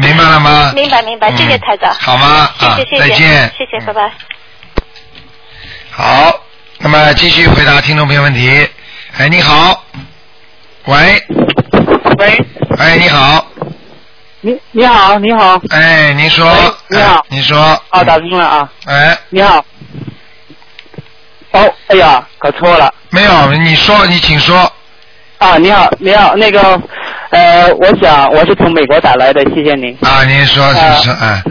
明白了吗？
明白明白，谢谢
嗯
台长。
好吗？啊
谢谢谢谢，
再见，
谢谢，
嗯
拜拜。
好，那么继续回答听众朋友问题。哎，你好，喂，
喂，
哎，你好，
你你好，你好，
哎，您说，
喂你好
哎你说，
啊，打通了啊，
哎，
你好。哦，哎呀，搞错了
没有，你说，你请说，
啊！你好，你好，那个，呃，我想我是从美国打来的，谢谢您。
啊，您说，
呃
是是，哎，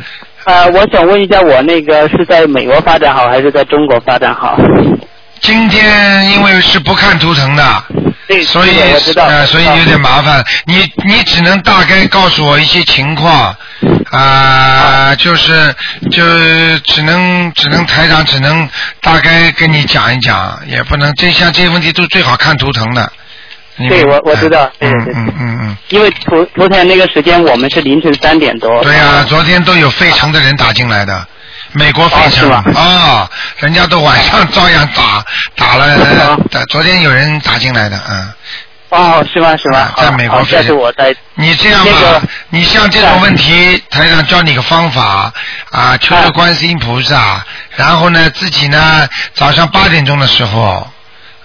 呃，我想问一下，我那个是在美国发展好，还是在中国发展好？
今天因为是不看图腾的，
对，
所以
这个我知道，
呃，所以有点
啊
麻烦。你你只能大概告诉我一些情况，啊、就是就只能只能台长只能大概跟你讲一讲，也不能这像这些问题都最好看图腾的。你
对我我知道
嗯
对对
嗯嗯
因为昨昨天那个时间我们是凌晨三点多。
嗯，对呀、昨天都有费城的人打进来的。美国费城
哦
啊
是、
人家都晚上照样打打了
啊，
打昨天有人打进来的，嗯。
哦，是吗？是吗？
啊在美国
好
非常
下次我再
你这样吧，
那
啊
个
你像这种问题，台长教你个方法啊，求求
啊
观世音菩萨，然后呢，自己呢早上八点钟的时候。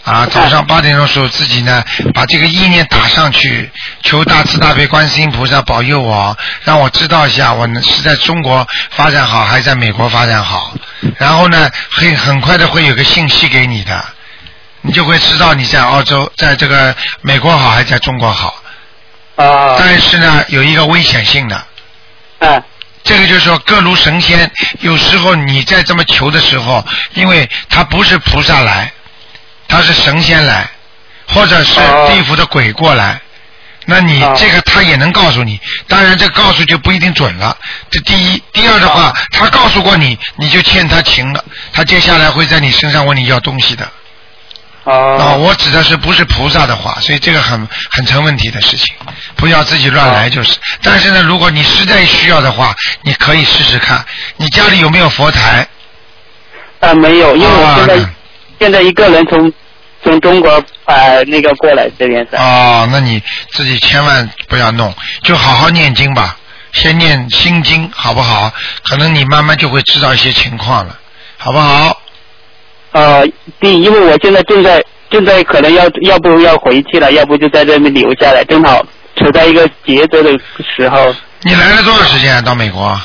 啊，早上八点钟的时候，自己呢把这个意念打上去，求大慈大悲观世音菩萨保佑我，让我知道一下我能是在中国发展好，还是在美国发展好。然后呢，很很快的会有个信息给你的，你就会知道你在澳洲，在这个美国好，还是在中国好。
啊，
但是呢，有一个危险性的，
嗯
这个就是说各路神仙，有时候你在这么求的时候，因为他不是菩萨来，他是神仙来，或者是
哦
地府的鬼过来。那你
哦
这个他也能告诉你，当然这告诉就不一定准了。这第一，第二的话，他告诉过你，你就欠他情了，他接下来会在你身上问你要东西的。啊，
哦
我指的是不是菩萨的话，所以这个很很成问题的事情，不要自己乱来就是。但是呢，如果你实在需要的话，你可以试试看。你家里有没有佛台？
啊没有，因为我
啊
现在现在一个人从从中国呃那个过来这边是。
哦，那你自己千万不要弄，就好好念经吧，先念心经好不好？可能你慢慢就会知道一些情况了，好不好？
呃，对，因为我现在正在正在可能要要不要回去了，要不就在这边留下来，正好处在一个抉择的时候，
你来了多少时间啊？到美国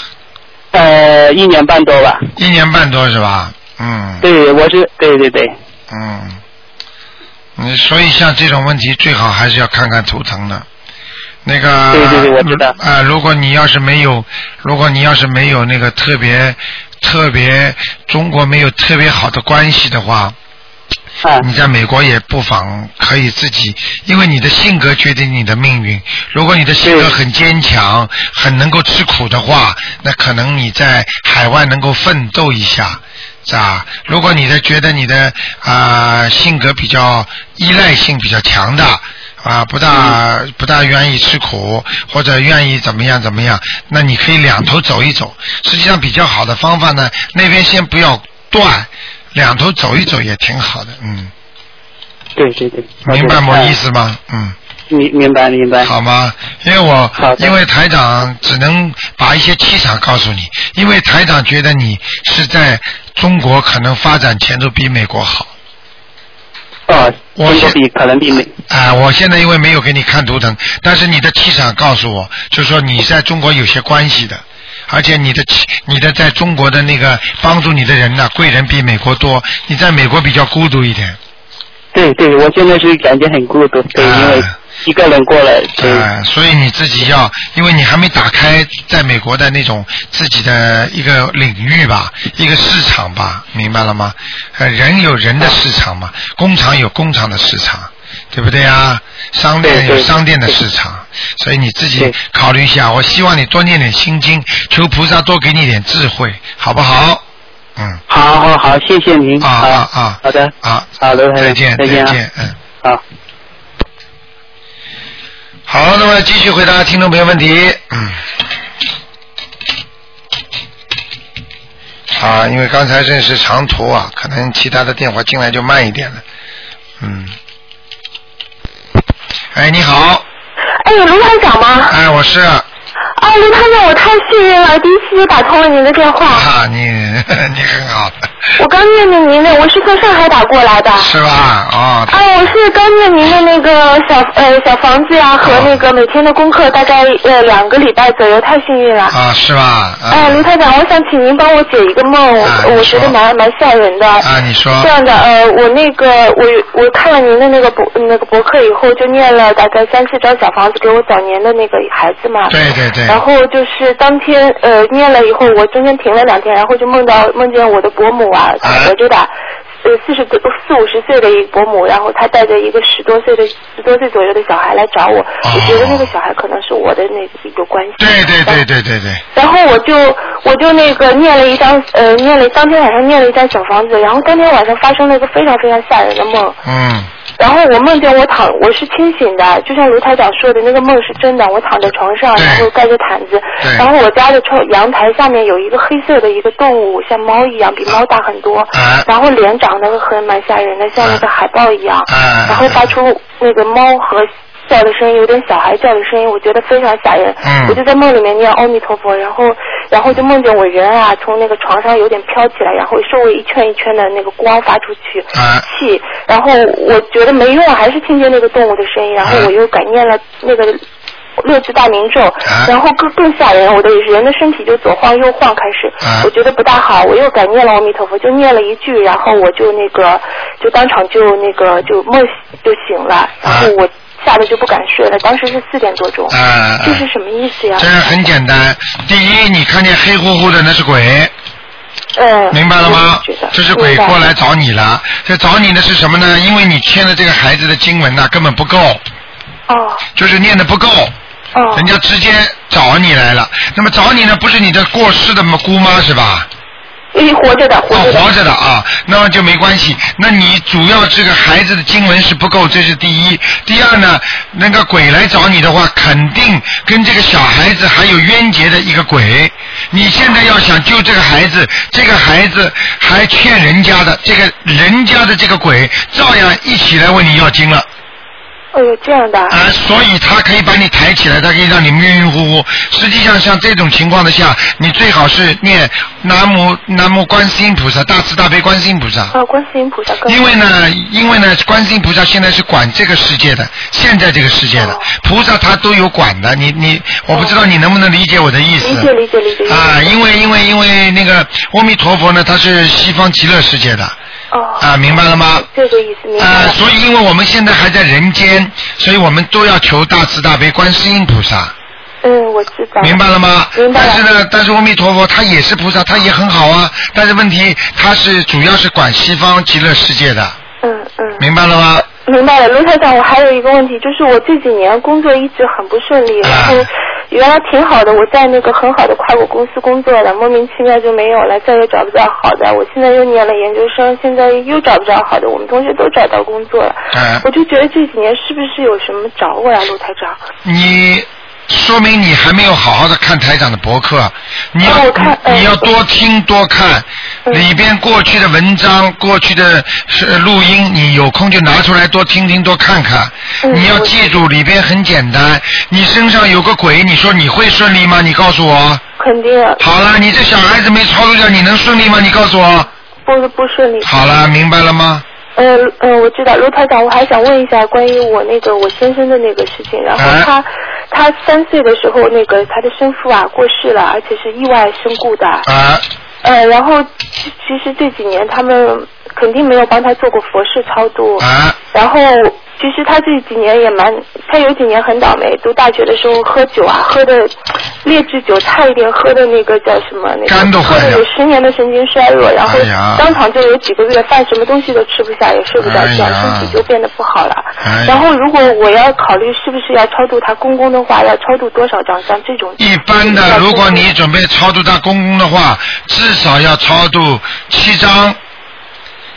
呃，一年半多吧。
一年半多是吧？嗯
对，我是对对对，
嗯，你所以像这种问题最好还是要看看图腾的。那个
对对对我知道
啊、如果你要是没有，如果你要是没有那个特别特别中国没有特别好的关系的话，
啊，
你在美国也不妨可以自己，因为你的性格决定你的命运。如果你的性格
对
很坚强，很能够吃苦的话，那可能你在海外能够奋斗一下，是吧？如果你的觉得你的啊、性格比较依赖性比较强大。啊，不大不大愿意吃苦，或者愿意怎么样怎么样，那你可以两头走一走。实际上比较好的方法呢，那边先不要断，两头走一走也挺好的，嗯，
对对对，
明白我意
思？
思吗？嗯，
明明白明白，
好吗？因为我
好的
因为台长只能把一些气场告诉你，因为台长觉得你是在中国可能发展前途比美国好。
哦，
我
中国
是
比可能比美，
啊、我现在因为没有给你看图腾，但是你的气场告诉我，就说你在中国有些关系的，而且你的气，你的在中国的那个帮助你的人呐、贵人比美国多，你在美国比较孤独一点。
对对，我现在是感觉很孤独，对，
啊
因为一个人过来，对，
呃，所以你自己要，因为你还没打开在美国的那种自己的一个领域吧，一个市场吧，明白了吗？呃，人有人的市场嘛，工厂有工厂的市场，对不对啊？商店
对对
有商店的市场，所以你自己
对
考虑一下。我希望你多念点心经，求菩萨多给你点智慧，好不好？嗯，
好好好，谢谢您，
啊
好
啊啊
好的，
好，
好的，
再见，
再见啊，
见，嗯。
好。
好，那么继续回答听众朋友问题。嗯。啊，因为刚才认识长途啊，可能其他的电话进来就慢一点了。嗯。哎，你好，
哎，卢台长吗？
哎，我是 啊，
啊，卢台长，我太幸运了，第一次打通了您的电话。
你你很好，
我刚念的您的，我是从上海打过来的。啊，
是吧？哦，
我是刚念您的那个小呃小房子啊和
哦
那个每天的功课，大概呃两个礼拜左右，太幸运了。
啊，是吧？
哎，卢
啊，
台长，我想请您帮我解一个梦，我
啊你
我
说
觉得蛮蛮吓人的。
啊，你说
这样的，呃，我那个我我看了您的那个博那个博客以后，就念了大概三四张小房子给我早年的那个孩子嘛。
对对对，
然后就是当天呃念了以后，我中间停了两天，然后就梦到梦见我的伯母啊，在
啊
德州的，呃四十多四五十岁的一个伯母，然后她带着一个十多岁的十多岁左右的小孩来找我，
哦
我觉得那个小孩可能是我的那个有关系。
对对对对对对，
然后我就我就那个念了一张呃念了当天晚上念了一张小房子，然后当天晚上发生了一个非常非常吓人的梦，
嗯，
然后我梦见我躺，我是清醒的，就像卢台长说的那个梦是真的。我躺在床上，
对
然后盖着毯子
对，
然后我家的窗阳台下面有一个黑色的一个动物，像猫一样，比猫大很多，
啊
然后脸长得很蛮吓人的，像那个海豹一样，
啊，
然后发出那个猫和。叫的声音有点小孩叫的声音，我觉得非常吓人。
嗯
我就在梦里面念阿弥陀佛，然后，然后就梦见我人啊从那个床上有点飘起来，然后周围一圈一圈的那个光发出去。
啊
气，然后我觉得没用，还是听见那个动物的声音，
啊
然后我又改念了那个六字大明咒，
啊
然后更更吓人，我的人的身体就左晃右晃开始，
啊
我觉得不大好，我又改念了阿弥陀佛，就念了一句，然后我就那个就当场就那个就梦就醒
啊
了，然后我吓得就不敢睡了，当时是四点多钟，
啊啊，
这是什么意思呀
这？很简单。第一，你看见黑乎乎的那是鬼，
嗯，
明白了吗
我也觉得？
这是鬼
明白
过来找你了。这找你的是什么呢？因为你欠的这个孩子的经文呐、根本不够，
哦
就是念的不够，
哦
人家直接找你来了。那么找你呢，不是你的过世的姑妈是吧？
诶，嗯活着的，活
哦
着，的。
活着的啊，那么就没关系。那你主要这个孩子的经文是不够，这是第一。第二呢，那个鬼来找你的话，肯定跟这个小孩子还有冤结的一个鬼。你现在要想救这个孩子，这个孩子还欠人家的，这个人家的这个鬼照样一起来问你要经了。
哎呦，这样的啊，
啊，所以他可以把你抬起来，他可以让你晕晕乎乎。实际上，像这种情况的下，你最好是念南无南无观世音菩萨，大慈大悲观世音菩萨。
啊观世音菩萨更
因为呢，因为呢，观世音菩萨现在是管这个世界的，现在这个世界
哦
的菩萨他都有管的。你你，我不知道你能不能理解我的意思。
哦理解理解理解理解
啊，因为因为因为那个阿弥陀佛呢，他是西方极乐世界的。
哦，
啊，明白了吗？
这个意思明白
啊、
了。
所以因为我们现在还在人间，所以我们都要求大慈大悲观世音菩萨，
嗯，我知道。
明白了吗？
明白了
但是呢，但是阿弥陀佛他也是菩萨，他也很好啊。但是问题他是主要是管西方极乐世界的，
嗯嗯。
明白了吗？
明白了，卢台长，我还有一个问题，就是我这几年工作一直很不顺利，然后原来挺好的，我在那个很好的跨国公司工作的，莫名其妙就没有了，再也找不到好的。我现在又念了研究生，现在又找不着好的，我们同学都找到工作了，
嗯
我就觉得这几年是不是有什么着我呀，卢台长？
你说明你还没有好好的看台长的博客，你要、
哦我看哎
你要多听多看、
嗯
里边过去的文章、过去的呃录音，你有空就拿出来多听听多看看。
嗯
你要记住里边很简单，你身上有个鬼，你说你会顺利吗？你告诉我。
肯定
好了，你这小孩子没操作掉，你能顺利吗？你告诉我。
不不顺利。
好了，明白了吗？
嗯嗯，我知道，卢台长，我还想问一下关于我那个我先生的那个事情。然后
哎
他、他三岁的时候，那个他的生父啊过世了，而且是意外身故的。
啊、
呃，然后其其实这几年他们肯定没有帮他做过佛事超度。
啊、
然后其实他这几年也蛮，他有几年很倒霉，读大学的时候喝酒啊，喝的劣质酒，差一点喝的那个叫什么那个，
肝都
喝
坏
的
了
有十年的神经衰弱，然后
哎呀
当啊场就有几个月饭什么东西都吃不下，也睡不着觉，
哎呀
身体就变得不好了。
哎呀
然后如果我要考虑是不是要超度他公公的话，要超度多少张？像这种
一般的，如果你准备超度到公公的话，至少要超度七张。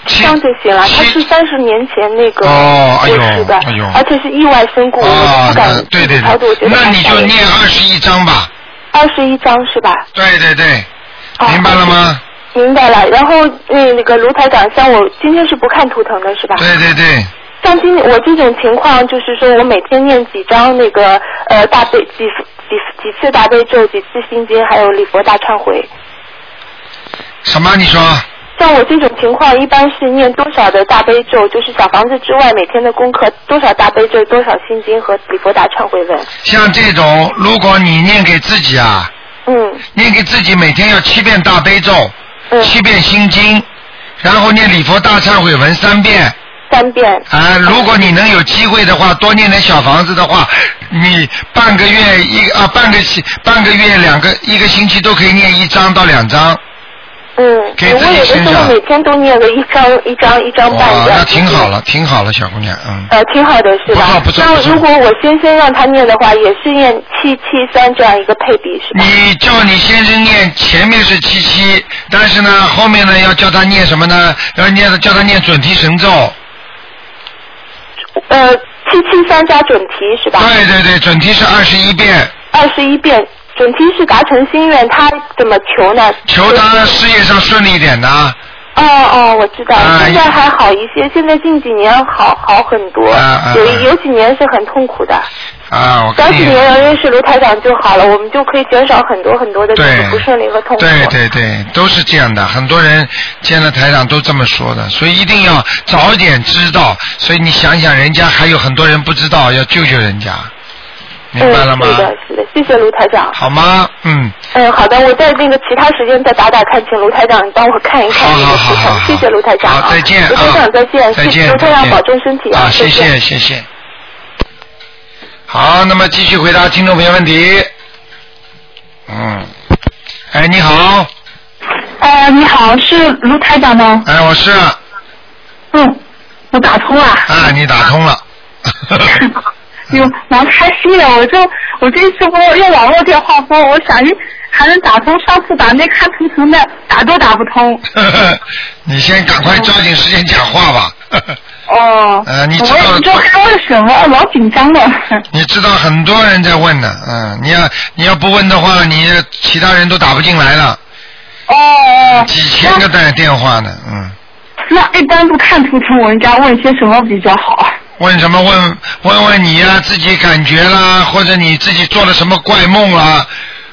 这
七
样就行了。他是
七
三十年前那个
哦哎呦
过世的，
哎呦
而且是意外身故，我
哦
不，敢
那对对
超度，我觉
对，
得
那
太
你
吓
就
人
念二十一章吧。
二十一张是吧？
对对对，
哦嗯
明白了吗？
明白了，然后那那个卢台长，像我今天是不看图腾的是吧？
对对对，
像今我这种情况，就是说我每天念几张那个呃大悲几几几次大悲咒，几次心经，还有礼佛大忏悔。
什么？你说？
像我这种情况，一般是念多少的大悲咒？就是小房子之外每天的功课多少大悲咒，多少心经和礼佛大忏悔文。
像这种，如果你念给自己啊，
嗯
念给自己每天要七遍大悲咒，
嗯，
七遍心经，然后念礼佛大忏悔文三遍。
三遍。
啊，如果你能有机会的话，多念点小房子的话，你半个月一啊，半个星半个月两个一个星期都可以念一张到两张。
嗯，我
给自己
有的
身
时
上
候每天都念个一张一张一张半
哇，
这样
那
子
挺好了，挺好了，小姑娘，嗯。
呃，挺好的，是吧？
哦不错不错不错
那如果我先生让他念的话，也是念七七三这样一个配比，是吧？
你叫你先生念前面是七七，但是呢，后面呢要叫他念什么呢？要念叫他念准提神咒。
呃，七七三加准提是吧？
对对对，准提是二十一遍，
二十一遍，准提是达成心愿，他怎么求呢？
求他事业上顺利一点呐。
哦哦，我知道，
啊
现在还好一些，现在近几年好好很多，
啊啊
有
啊
有几年是很痛苦的，
啊，我
早
跟
几
你。
年要认识卢台长就好了，我们就可以减少很多很多的这
对
种不顺利和痛苦。
对对对，都是这样的，很多人见了台长都这么说的，所以一定要早点知道。所以你想想，人家还有很多人不知道，要救救人家，明白了吗
嗯？？是的，是的，谢谢卢台长。
好吗？嗯，
嗯，好的，我在那个其他时间再打打看，请卢台长帮我看一看
好
这
好
个
好
图
好
腾，
好，
谢谢卢台长啊，
好，再见
卢台
啊
长再见，
再
谢谢
见，
卢台
再
长
见
保重身体
啊，谢
再见。
谢谢谢。好，那么继续回答听众朋友问题。嗯，哎，你好，
呃，你好，是卢台长吗？
哎，我是啊，
嗯，我打通了。
嗯你打通了。
哟，蛮开心的。我就我这一次拨用网络电话拨，我想着还能打通，上次打那看图腾的打都打不通。
你先赶快抓紧时间讲话吧。
哦，
呃，你
我
知道
也不知道该问什么，老紧张了。
你知道很多人在问呢，嗯，你要你要不问的话，你其他人都打不进来了，
哦哦，
几千个在电话呢，嗯。
那一般不看图腾，我应该问些什么比较好？
问什么问？问问你呀、自己感觉啦，或者你自己做了什么怪梦啦，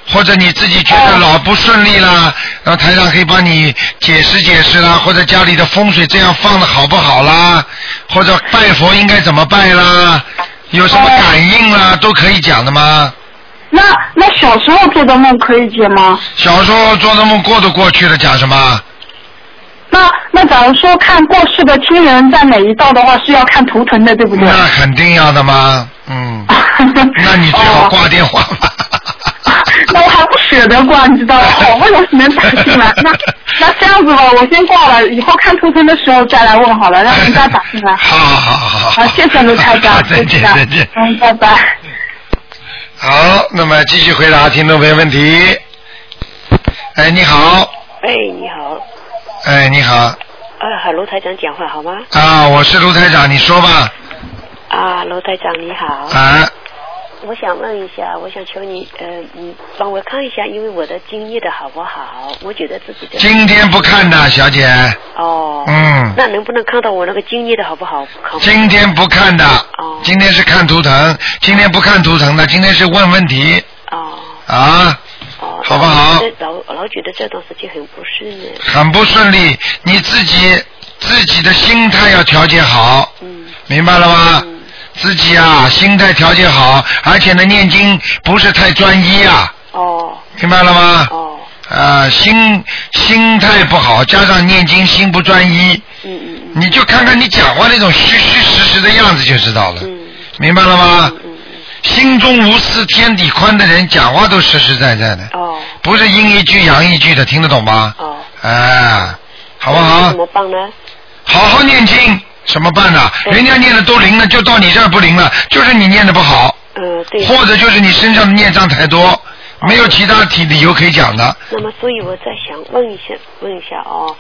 或者你自己觉
哦
得老不顺利啦，然后台长可以帮你解释解释啦，或者家里的风水这样放的好不好啦，或者拜佛应该怎么拜啦，有什么感应
哦
啦，都可以讲的吗？
那那小时候做的梦可以解吗？
小时候做的梦过都过去了，讲什么？
那那假如说看过世的亲人在哪一道的话，是要看图腾的，对不对？
那肯定要的吗？嗯，那你最
哦
好挂电话吧。
那我还不舍得挂，你知 道吗？好不容易能打进来，那那这样子吧，我先挂了，以后看图腾的时候再来问好了，让人家打进 来。
好好好好。
好，谢谢卢台长，
再见
谢谢啊
再见
嗯，拜拜。
好，那么继续回答听众朋友问题。哎，你好，
哎，你好，
哎，你好，
啊，和卢台长讲话好吗？
啊，我是卢台长，你说吧，
啊，卢台长你好，
啊，
我想问一下，我想求你，呃，你帮我看一下，因为我的经历的好不好？我觉得自己的
今天不看的，小姐，
哦，
嗯，
那能不能看到我那个经历的好不哦好？看
今天不看的，今天是看图腾，今天不看图腾的，今天是问问题，
哦
啊，好不好？
我觉得老老觉得这段时间很不顺呢。
很不顺利，你自己自己的心态要调节好，明白了吗？自己啊，心态调节好，而且呢，念经不是太专一啊。哦。明白了吗？哦。啊，心心态不好，加上念经心不专一。嗯嗯。你就看看你讲话那种虚虚实实的样子就知道了。嗯。明白了吗？心中无私天地宽的人，讲话都实实在在的。
哦。
不是阴一句阳一句的，听得懂吗？
哦。
哎，好不
那
好
怎？么办呢？
好好念经，什么办呢、人家念的都灵了，就到你这儿不灵了，就是你念的不好。
嗯，对。哦
或者就是你身上的孽障太多，没有其他体理由可以讲的。
那么，所以我在想问一下，问一下哦，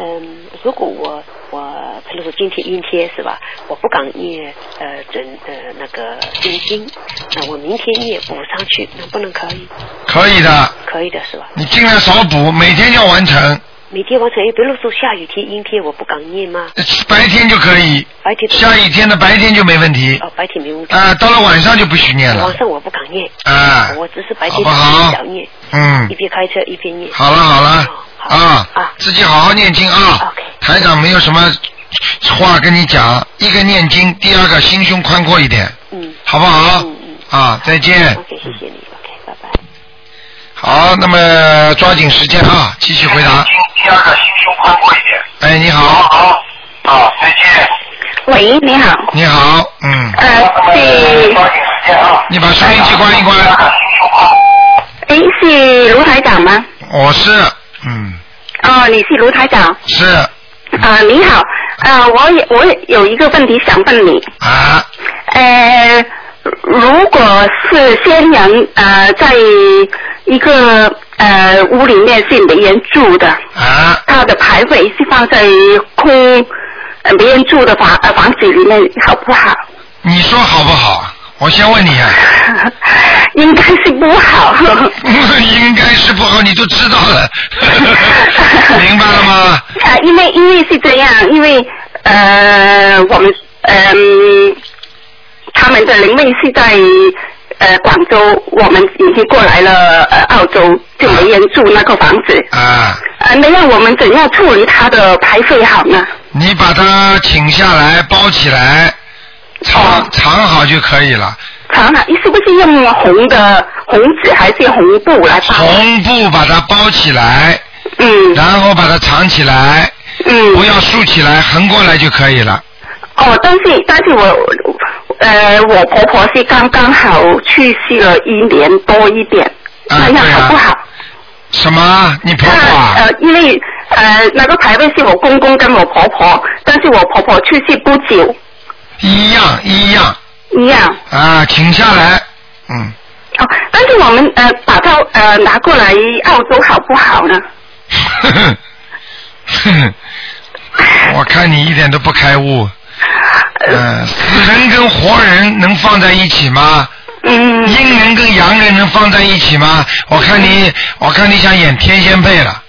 嗯，如果我我，比如说今天阴天是吧？我不敢念呃准呃那个真经，那我明天念补上去，能不能可以？
可以的，
可以的是吧？
你尽量少补，每天要完成，
每天完成，哎，比如说下雨天、阴天，我不敢念吗？
白天就可以。
白天
下雨天的白天就没问题。
哦，白天没问题。哦
啊到了晚上就不许念了
晚上我不敢念。
啊
我只是白
好
天
不好
少念，
嗯
一，边开车一边念。
好了好了，
哦
啊，自己好好念经啊。台长没有什么话跟你讲，一个念经，第二个心胸宽阔一点，
嗯，
好不好？啊，再见。
OK，谢谢你。
好，那么抓紧时间啊，继续回答。
第二个心胸宽阔一点。
哎，你好。
好，好，再见。
喂，你好。
你好，嗯。
呃，是。
你把收音机关一关。
哎，是卢台长吗？
我是
哦，你是卢台长。
是
啊、你好，啊、我也我也有一个问题想问你。
啊。
呃，如果是先人呃在一个呃屋里面是没人住的，
啊，
他的牌位是放在空呃没人住的房呃房子里面，好不好？
你说好不好？我先问你啊。
应该是不好。
应该是不好，你都知道了， 明白了吗？
啊，因为因为是这样，因为呃，我们嗯、他们的灵位是在呃广州，我们已经过来了呃澳洲，就没人住那个房子。
啊。
呃，那样我们怎样处理他的牌费好呢？
你把它请下来，包起来，藏、藏好就可以了。
常常，是不是用红的红纸还是红布来包？
红布把它包起来，
嗯，
然后把它藏起来，
嗯，
不要竖起来，横过来就可以了。
哦，但是但是我呃，我婆婆是刚刚好去世了一年多一点，那样好不好？
什么？你婆婆啊？
呃，因为呃那个牌位是我公公跟我婆婆，但是我婆婆去世不久。
一样一样。
一样。
啊，请下来，嗯，
哦，但是我们呃把它呃拿过来澳洲好不好呢？
呵呵呵呵 我看你一点都不开悟。嗯、死人跟活人能放在一起吗？
嗯。
阴人跟阳人能放在一起吗？我看你，我看你想演天仙配了。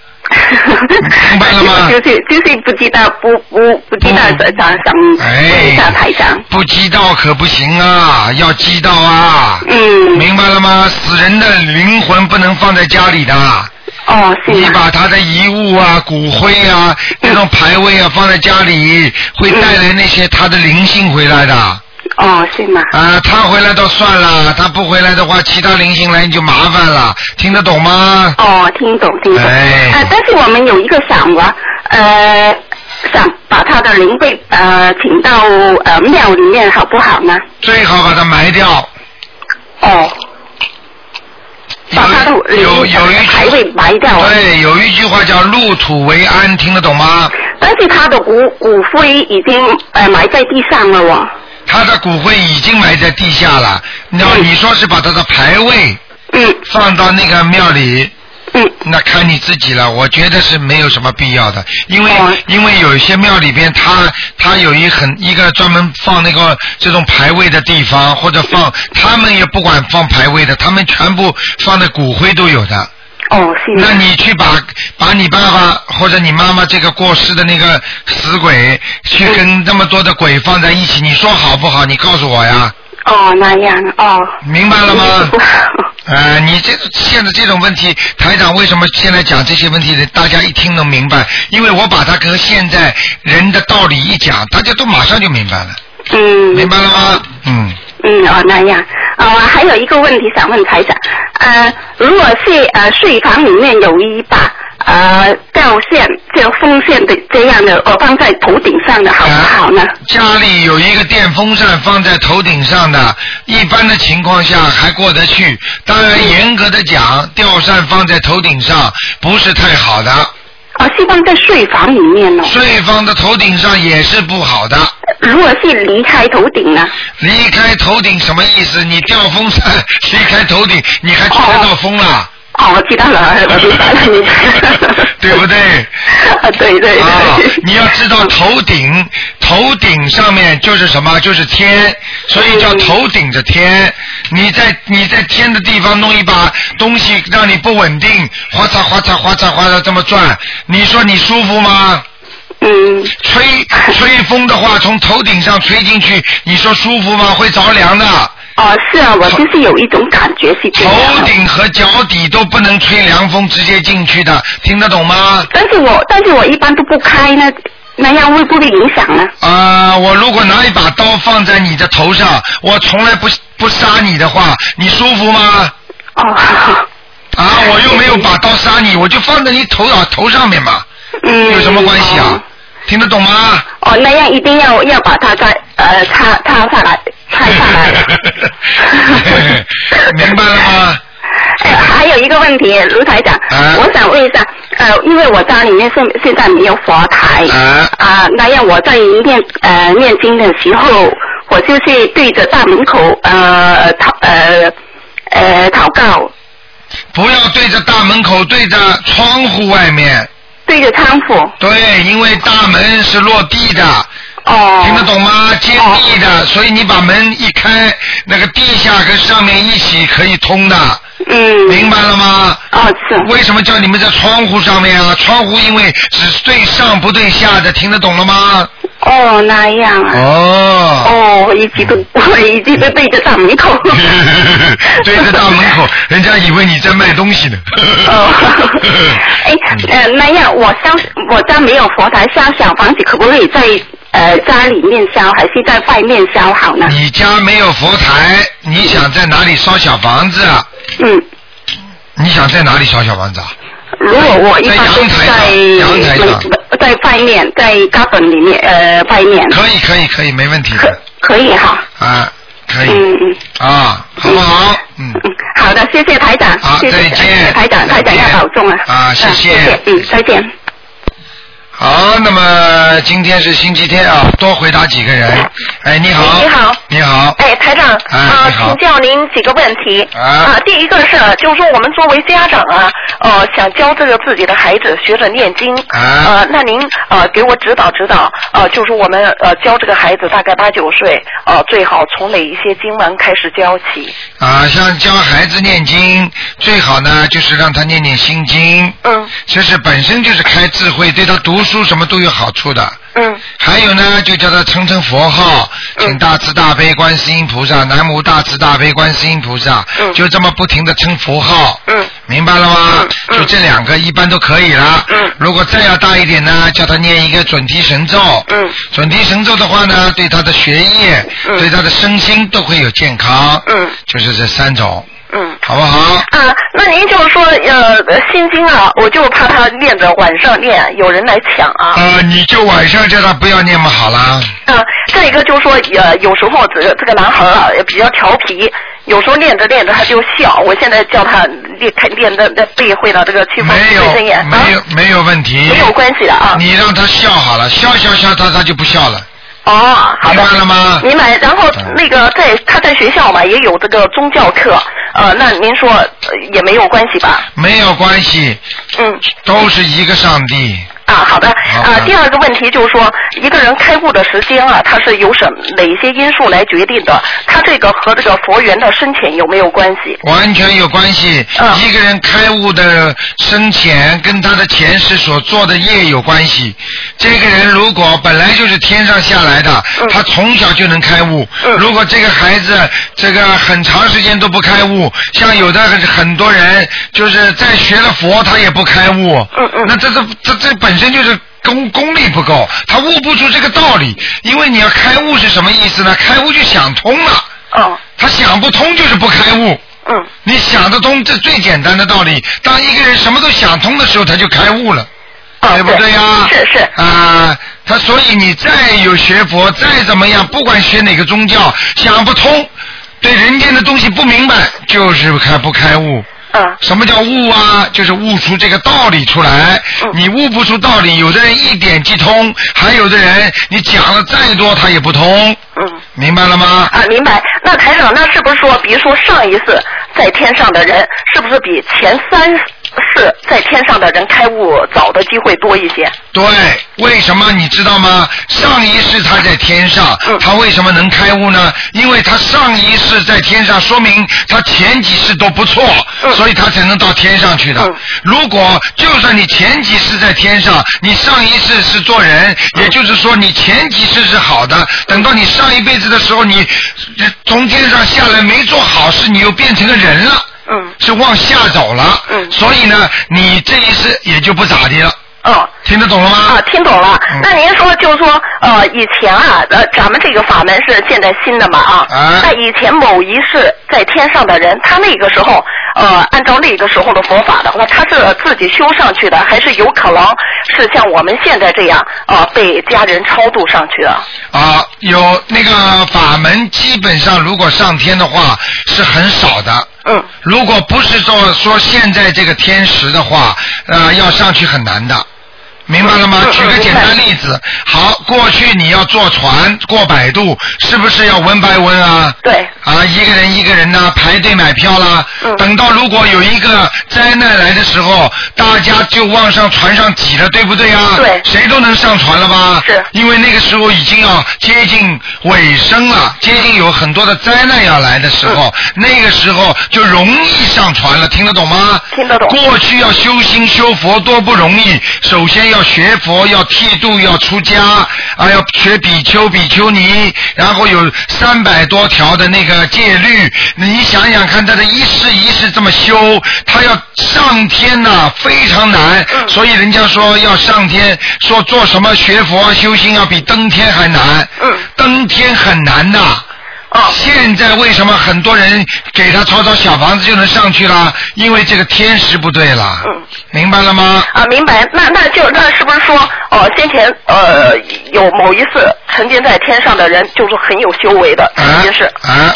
明白了吗？ 就是就是不知道不不不知
嗯
道怎咋想
哎
问一下台长。
不激道可不行啊，要激道啊。
嗯。
明白了吗？死人的灵魂不能放在家里的。
哦，是。
你把他的遗物啊、骨灰啊、那种牌位啊放在家里，会带来那些他的灵性回来的。
哦，是吗？
啊，他回来倒算了，他不回来的话，其他灵性来你就麻烦了，听得懂吗？
哦，听懂听懂。
哎
呃，但是我们有一个想法，呃，想把他的灵位呃请到呃庙里面好不好呢？
最好把它埋掉。
哦。
把它的有有一
牌位埋掉。啊
对，有一句话叫入土为安，听得懂吗？
但是他的骨骨灰已经呃埋在地上了哦。
他的骨灰已经埋在地下了，那你说是把他的牌位，
嗯，
放到那个庙里，
嗯，
那看你自己了。我觉得是没有什么必要的，因为、
哦
因为有一些庙里边，他他有一很一个专门放那个这种牌位的地方，或者
嗯
放他们也不管放牌位的，他们全部放的骨灰都有的。
哦，是。
那你去把把你爸爸或者你妈妈这个过世的那个死鬼，去
嗯
跟那么多的鬼放在一起，你说好不好？你告诉我呀。
哦，那样哦。
明白了 吗？呃，你这现在这种问题，台长为什么现在讲这些问题的，大家一听能明白？因为我把它跟现在人的道理一讲，大家都马上就明白了。
嗯。
明白了吗？嗯。
嗯，哦，那样。啊、我还有一个问题想问台长，呃，如果是呃睡房里面有一把呃吊线，就风线的这样的，我放在头顶上的好不
啊
好呢？
家里有一个电风扇放在头顶上的，一般的情况下还过得去。当然，严格的讲，吊扇放在头顶上不是太好的。
啊，是放在睡房里面哦。
睡房的头顶上也是不好的。
如果是离开头顶呢？
离开头顶什么意思？你吊风扇 离开头顶，你还吹得到风啊了？
哦，我知道了，我明白了，明白了。
对不对？
啊，对对对。
啊，你要知道头顶，头顶上面就是什么？就是天，所以叫头顶着天。你在你在天的地方弄一把东西，让你不稳定，哗嚓哗嚓哗嚓哗嚓这么转，你说你舒服吗？
嗯。
吹吹风的话，从头顶上吹进去，你说舒服吗？会着凉的。
哦，是啊，我就是有一种感觉是这样。
头顶和脚底都不能吹凉风直接进去的，听得懂吗？
但是我但是我一般都不开呢，那样会不会影响呢？
啊、我如果拿一把刀放在你的头上，我从来不不杀你的话，你舒服吗？
哦。
啊，我又没有把刀杀你，我就放在你头啊头上面嘛，
嗯。
有什么关系啊？听得懂吗？
哦，那样一定要要把它再呃擦擦下来，擦下来。
明白了吗？
哎，还有一个问题，卢台长，我想问一下，呃，因为我家里面现现在没有佛台，
啊、
那样我在念呃念经的时候，我就是对着大门口呃讨呃呃祷告，
不要对着大门口，对着窗户外面。
对着窗户。
对，因为大门是落地的。
哦。
听得懂吗？接地的，所以你把门一开，那个地下跟上面一起可以通的。
嗯。
明白了吗？
哦，是。
为什么叫你们在窗户上面啊？窗户因为只对上不对下的，听得懂了吗？
哦，那样啊。
哦。
哦，我一直都我一直都对着大门口。
对着大门口，人家以为你在卖东西呢。
哎，
嗯
呃，那样我烧，我家没有佛台，烧小房子可不可以在呃家里面烧，还是在外面烧好呢？
你家没有佛台，你想在哪里烧小房子？啊？
嗯。
你想在哪里烧小房子啊？
如果我一般都是
阳台
在
上阳台
在外面，在 garden 里面，呃，外面
可以，可以，可以，没问题的
可以哈。
啊，可以
嗯嗯，
啊，好不好？
好的，谢谢台长，
好
谢谢
再见
谢谢台长，台长要保重啊。
啊，谢谢。
嗯，再见。
好，那么今天是星期天啊，多回答几个人。哎，你好。
你好。
你好，
哎，台长，
哎
啊、
你好
请教您几个问题。
啊
第一个是，就是说我们作为家长啊，呃，想教这个自己的孩子学着念经。
啊
呃，那您呃给我指导指导，呃，就是我们呃教这个孩子大概八九岁，呃，最好从哪一些经文开始教起？
啊，像教孩子念经，最好呢就是让他念念心经。
嗯。
这是本身就是开智慧，对他读书什么都有好处的。
嗯。
还有呢，就叫他称称佛号，请大慈大悲观世音菩萨，南无大慈大悲观世音菩萨。嗯。就这么不停的称佛号。
嗯。
明白了吗？就这两个一般都可以了。嗯。如果再要大一点呢，叫他念一个准提神咒。
嗯。
准提神咒的话呢，对他的学业、对他的身心都会有健康。
嗯。
就是这三种，
嗯。
好不好？
啊，那您就是说，呃，心经啊，我就怕他念着晚上念，有人来抢啊。
呃，你就晚上叫他不要念嘛，好啦。
嗯，再一个就是说，呃，有时候这这个男孩啊也比较调皮，有时候练着练着他就笑。我现在叫他练开练的背会了这个七佛
没有
七真言，
没有没有问题。
没有关系的啊。
你让他笑好了，笑笑笑他他就不笑了。
哦，好的。
明白了吗嗯
明白。然后那个在他在学校嘛也有这个宗教课，呃，那您说呃也没有关系吧？
没有关系，
嗯。
都是一个上帝。
啊，好的。啊、第二个问题就是说，一个人开悟的时间啊，它是由什哪些因素来决定的？他这个和这个佛缘的深浅有没有关系？嗯
完全有关系。一个人开悟的深浅跟他的前世所做的业有关系。这个人如果本来就是天上下来的，
嗯
他从小就能开悟。如果这个孩子这个很长时间都不开悟，像有的很很多人就是在学了佛，他也不开悟。
嗯
那这这这这本身就是。功功力不够，他悟不出这个道理，因为你要开悟是什么意思呢？开悟就想通了，
哦，
他想不通就是不开悟，
嗯，
你想得通，这最简单的道理。当一个人什么都想通的时候，他就开悟了，对不对呀、
哦是是。
啊，他所以你再有学佛，再怎么样，不管学哪个宗教，想不通，对人间的东西不明白，就是开不开悟。
嗯。
什么叫悟啊？就是悟出这个道理出来。
嗯
你悟不出道理，有的人一点即通，还有的人你讲了再多，他也不通。
嗯。
明白了吗？
啊，明白。那台长，那是不是说，比如说上一次在天上的人，是不是比前三世在天上的人开悟早的机会多一些？
对，为什么你知道吗？上一世他在天上，他为什么能开悟呢？因为他上一世在天上，说明他前几世都不错，所以他才能到天上去的。如果就算你前几世在天上，你上一世是做人，也就是说你前几世是好的，等到你上一辈子的时候，你从天上下来没做好事，你又变成个人了。
嗯，
是往下走了，嗯，所以呢，你这一世也就不咋地了。
嗯，
听得懂了吗？
啊，听懂了。那您说，就是说，呃，以前啊，呃，咱们这个法门是现在新的嘛啊。
啊
那以前某一世在天上的人，他那个时候，呃，按照那个时候的佛法的话，他是自己修上去的，还是有可能是像我们现在这样，呃，被家人超度上去的？
啊，有那个法门，基本上如果上天的话是很少的。
嗯。
如果不是说说现在这个天时的话，呃，要上去很难的。嗯明白了吗？举个简单例子，好，过去你要坐船过百度，是不是要 one by one 啊？
对。
啊，一个人一个人呐、排队买票啦。等到如果有一个灾难来的时候，大家就往上船上挤了，对不对啊？对。谁都能上船了吧？是。因为那个时候已经要接近尾声了，接近有很多的灾难要来的时候，那个时候就容易上船了，听得懂吗？
听得懂。
过去要修心修佛多不容易，首先要学佛，要剃度，要出家，啊，要学比丘、比丘尼，然后有三百多条的那个戒律。你想想看，他的一世一世这么修，他要上天呐、非常难。
嗯
所以人家说要上天，说做什么学佛啊、修心啊，比登天还难。嗯，登天很难的。
哦
现在为什么很多人给他抄抄小房子就能上去啦？因为这个天时不对啦。嗯。明白了吗？
啊，明白。那那就那是不是说，哦、先前呃有某一次曾经在天上的人，就是很有修为的，曾经是。
啊。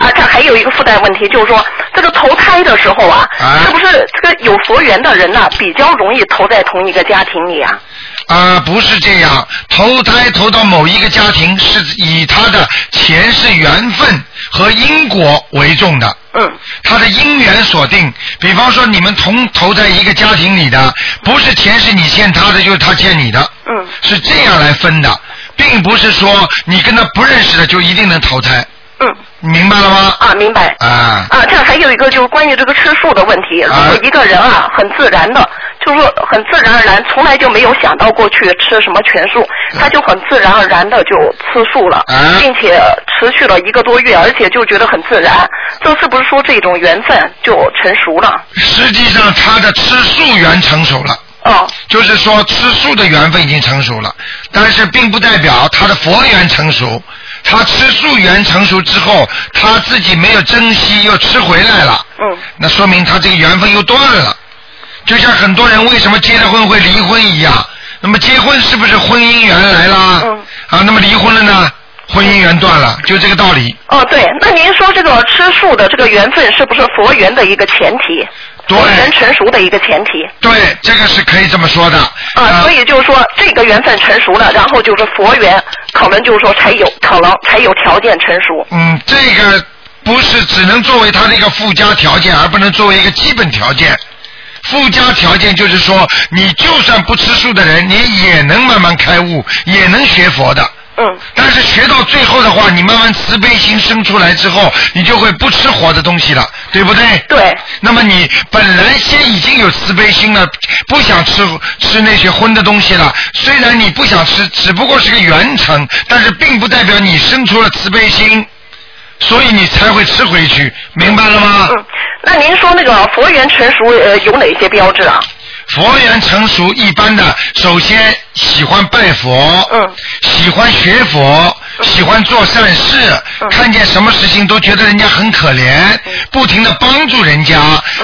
啊，这还有一个附带问题，就是说这个投胎的时候啊，是不是这个有佛缘的人呢、比较容易投在同一个家庭里啊？
啊，不是这样，投胎投到某一个家庭是以他的前世缘分和因果为重的。
嗯。
他的因缘锁定，比方说你们同投在一个家庭里的，不是前世你欠他的，就是他欠你的。
嗯。
是这样来分的，并不是说你跟他不认识的就一定能投胎。
嗯。
明白了吗？
啊，明白。
啊。
啊，这还有一个就是关于这个吃素的问题。如果一个人啊，很自然的，就是说很自然而然，从来就没有想到过去吃什么全素，
嗯
他就很自然而然的就吃素了，
啊
并且持续了一个多月，而且就觉得很自然。这是不是说这种缘分就成熟了？
实际上他的吃素缘成熟了。
哦。
就是说吃素的缘分已经成熟了，但是并不代表他的佛缘成熟。他吃素缘成熟之后，他自己没有珍惜，又吃回来了。
嗯。
那说明他这个缘分又断了。就像很多人为什么结了婚会离婚一样，那么结婚是不是婚姻缘来啦？
嗯
啊，那么离婚了呢？婚姻缘断了，就这个道理。
哦，对，那您说这个吃素的这个缘分是不是佛缘的一个前提？
对。
人成熟的一个前提。
对，这个是可以这么说的。
啊，所以就是说这个缘分成熟了，然后就是佛缘，可能就是说才有可能才有条件成熟。
嗯，这个不是只能作为他的一个附加条件，而不能作为一个基本条件。附加条件就是说，你就算不吃素的人，你也能慢慢开悟，也能学佛的。
嗯。
但是学到最后的话，你慢慢慈悲心生出来之后，你就会不吃活的东西了，对不对？
对。
那么你本来先已经有慈悲心了，不想吃吃那些荤的东西了。虽然你不想吃，只不过是个缘成，但是并不代表你生出了慈悲心，所以你才会吃回去，明白了吗？
嗯，那您说那个佛缘成熟呃有哪些标志啊？
佛缘成熟一般的，首先喜欢拜佛，
嗯，
喜欢学佛，喜欢做善事，看见什么事情都觉得人家很可怜，不停的帮助人家，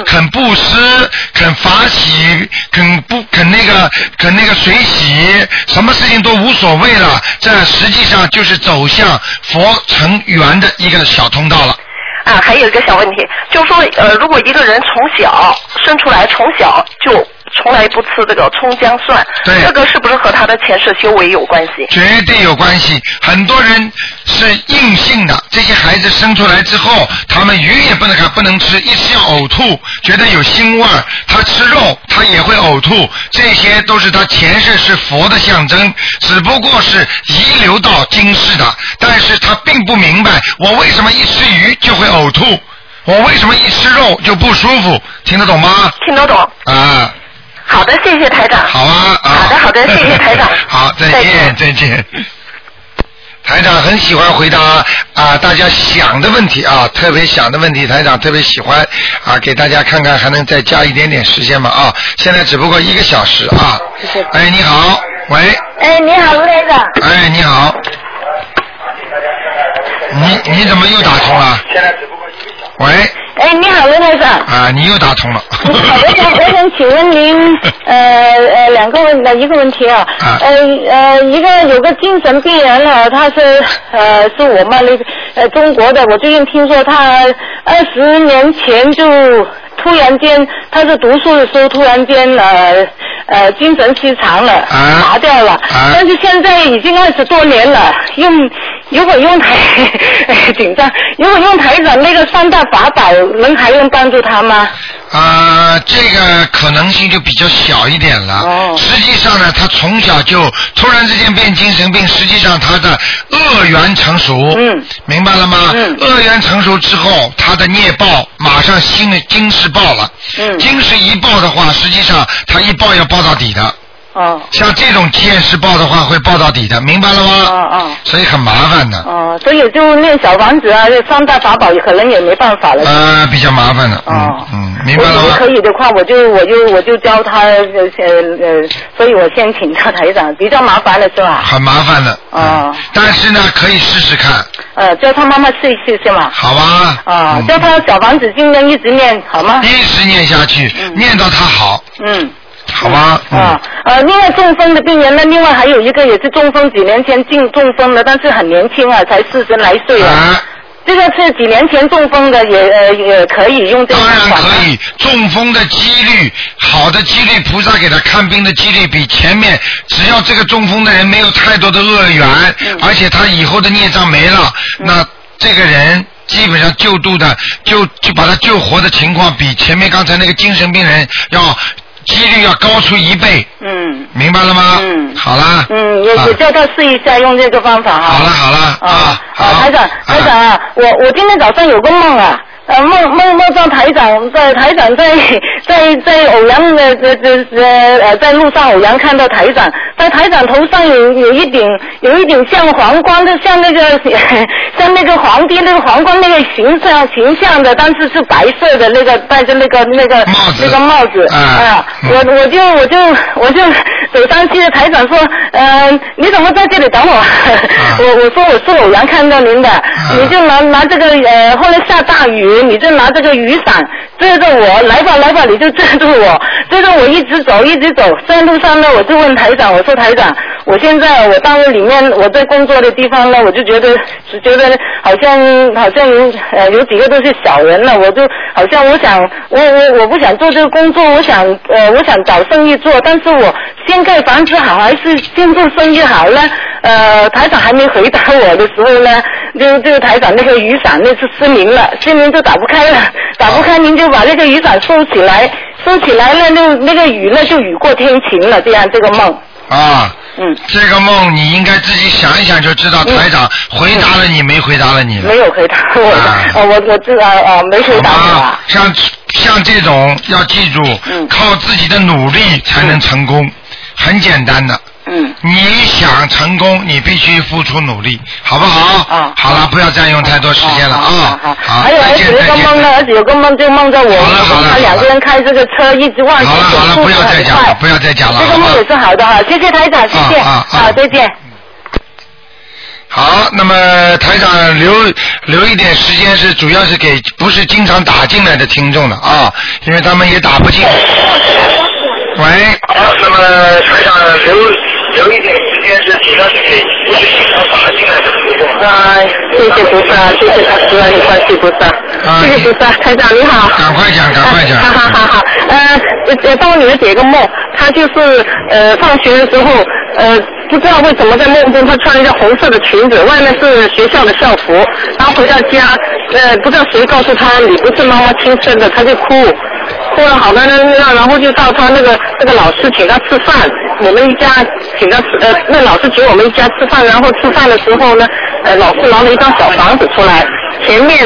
肯布施，肯法喜，肯不肯那个肯那个随喜，什么事情都无所谓了，这实际上就是走向佛成圆的一个小通道了。
啊，还有一个小问题，就是说呃，如果一个人从小生出来，从小就从来不吃这个葱姜蒜，
对
这个是不是和他的前世修为有关系？
绝对有关系。很多人是硬性的，这些孩子生出来之后，他们鱼也不能还不能吃，一吃要呕吐，觉得有腥味儿。他吃肉，他也会呕吐，这些都是他前世是佛的象征，只不过是遗留到今世的。但是他并不明白，我为什么一吃鱼就会呕吐，我为什么一吃肉就不舒服，听得懂吗？
听得懂。
啊，
好的，谢谢台长。
好啊，啊
好的，好 的，谢谢台长。
好，再见，再见。台长很喜欢回答啊、大家想的问题啊，特别想的问题，台长特别喜欢啊，给大家看看还能再加一点点时间嘛啊，现在只不过一个小时啊。哎，你好，喂，
哎，你好，卢台长。
哎，你好，你你怎么又打通了？喂，
哎，你好，卢台长。
啊，你又打通了，
我想，我想请问您，呃呃，两个问，呃一个问题啊，呃呃，一个有个精神病人啊，他是呃是我们那个呃中国的，我最近听说他二十年前就突然间，他是读书的时候突然间呃呃精神失常了，拔掉了，但是现在已经二十多年了，用如果用台、 哎、紧张，如果用台长那个三大法宝，能还能帮助他吗？
啊，这个可能性就比较小一点了。
哦
实际上呢，他从小就突然之间变精神病，实际上他的恶缘成熟。嗯。明白了吗？嗯。恶缘成熟之后，他的孽报马上新的经世报了。嗯。经世一报的话，实际上他一报要报到底的。
哦。
像这种见识报的话，会报到底的，明白了吗？
哦哦。
所以很麻烦的。
哦，所以就念小房子啊，这三大法宝也可能也没办法了。
呃，比较麻烦的。
哦
嗯嗯，明白了
我
吗？
可以的话，我就我就我就教他呃呃，所以我先请教台长，比较麻烦了是吧？
很麻烦的。
哦，
但是呢，可以试试看，
呃，教他妈妈试一试是吗？
好吧？
啊、教他小房子尽量一直念好吗？
一直念下去，念到他好，
嗯。
好吧？嗯，
呃，另外中风的病人呢，另外还有一个也是中风，几年前进中风的，但是很年轻啊，才四十来岁啊。这个是几年前中风的，也呃也可以用这个
当然可以，中风的几率，好的几率，菩萨给他看病的几率比前面，只要这个中风的人没有太多的恶缘，而且他以后的孽障没了，那这个人基本上救度的救就把他救活的情况，比前面刚才那个精神病人要几率要高出一倍，
嗯
明白了吗？嗯，好啦，
嗯，也也叫他试一下用这个方法哈。好了
好了
啊，好，台长台长啊，我我今天早上有个梦啊。呃，梦梦梦到台长在台长在 在在偶然的这这这呃在路上偶然看到台长，在台长头上有有一顶有一顶像皇冠的像那个 像那个皇帝那个皇冠那个形象形象的，但是是白色的那个戴着那个那个那个帽子啊，我我就我就我就走上去，台长说，嗯，你怎么在这里等我？我我说我是偶然看到您的，你就拿拿这个呃，后来下大雨，你就拿这个雨伞遮着我，来吧来吧，你就遮住我，遮着我一直走一直走，在路上呢，我就问台长，我说台长，我现在我单位里面我在工作的地方呢，我就觉得只觉得好像好像有呃有几个都是小人了，我就好像我想我我我不想做这个工作，我想呃我想找生意做，但是我先盖房子好还是先做生意好呢？呃，台长还没回答我的时候呢，就就台长那个雨伞那次失灵了，失灵就打不开了，打不开您就把那个雨伞收起来，收起来了那那个雨呢就雨过天晴了，这样这个梦。
啊，嗯，这个梦你应该自己想一想就知道，台长回答了你没回答了你了。
嗯没有回答我的，
啊
哦，我我知道哦，没回答我啊。
像像这种要记住，
嗯
靠自己的努力才能成功，很简单的。
嗯，
你想成功，你必须付出努力，好不好？
嗯
啊，好了，不要占用太多时间了啊。好，
还有
再
儿子
见
有
再
个
见。
梦呢，啊儿子有个梦就梦到我，我们两个人开这个车一直往前走，
好了，
速
不
度
要再
很
讲
哎快
了，。不要再讲了。
这个
好吧
梦也是好的哈，谢谢台长，谢谢，好，再见。
好，那么台长留留一点时间是主要是给不是经常打进来的听众的啊，因为他们也打不 进。喂，
那么
呃
台长留留一点时间是主要是给不是经常打进来的听众。
啊，谢谢菩萨，谢谢大慈大悲观世菩萨，谢谢菩萨，台长你好。
啊
啊
赶快讲，赶快讲。
好好好好，呃，呃，帮我女儿解个梦，她就是呃放学的时候，呃不知道为什么在梦中她穿了一个红色的裙子，外面是学校的校服，然后回到家，呃不知道谁告诉她你不是妈妈亲生的，她就哭，哭了好多那那然后就到她那个那个老师请她吃饭，我们一家请她吃呃那老师请我们一家吃饭，然后吃饭的时候呢，呃老师拿了一张小房子出来，前面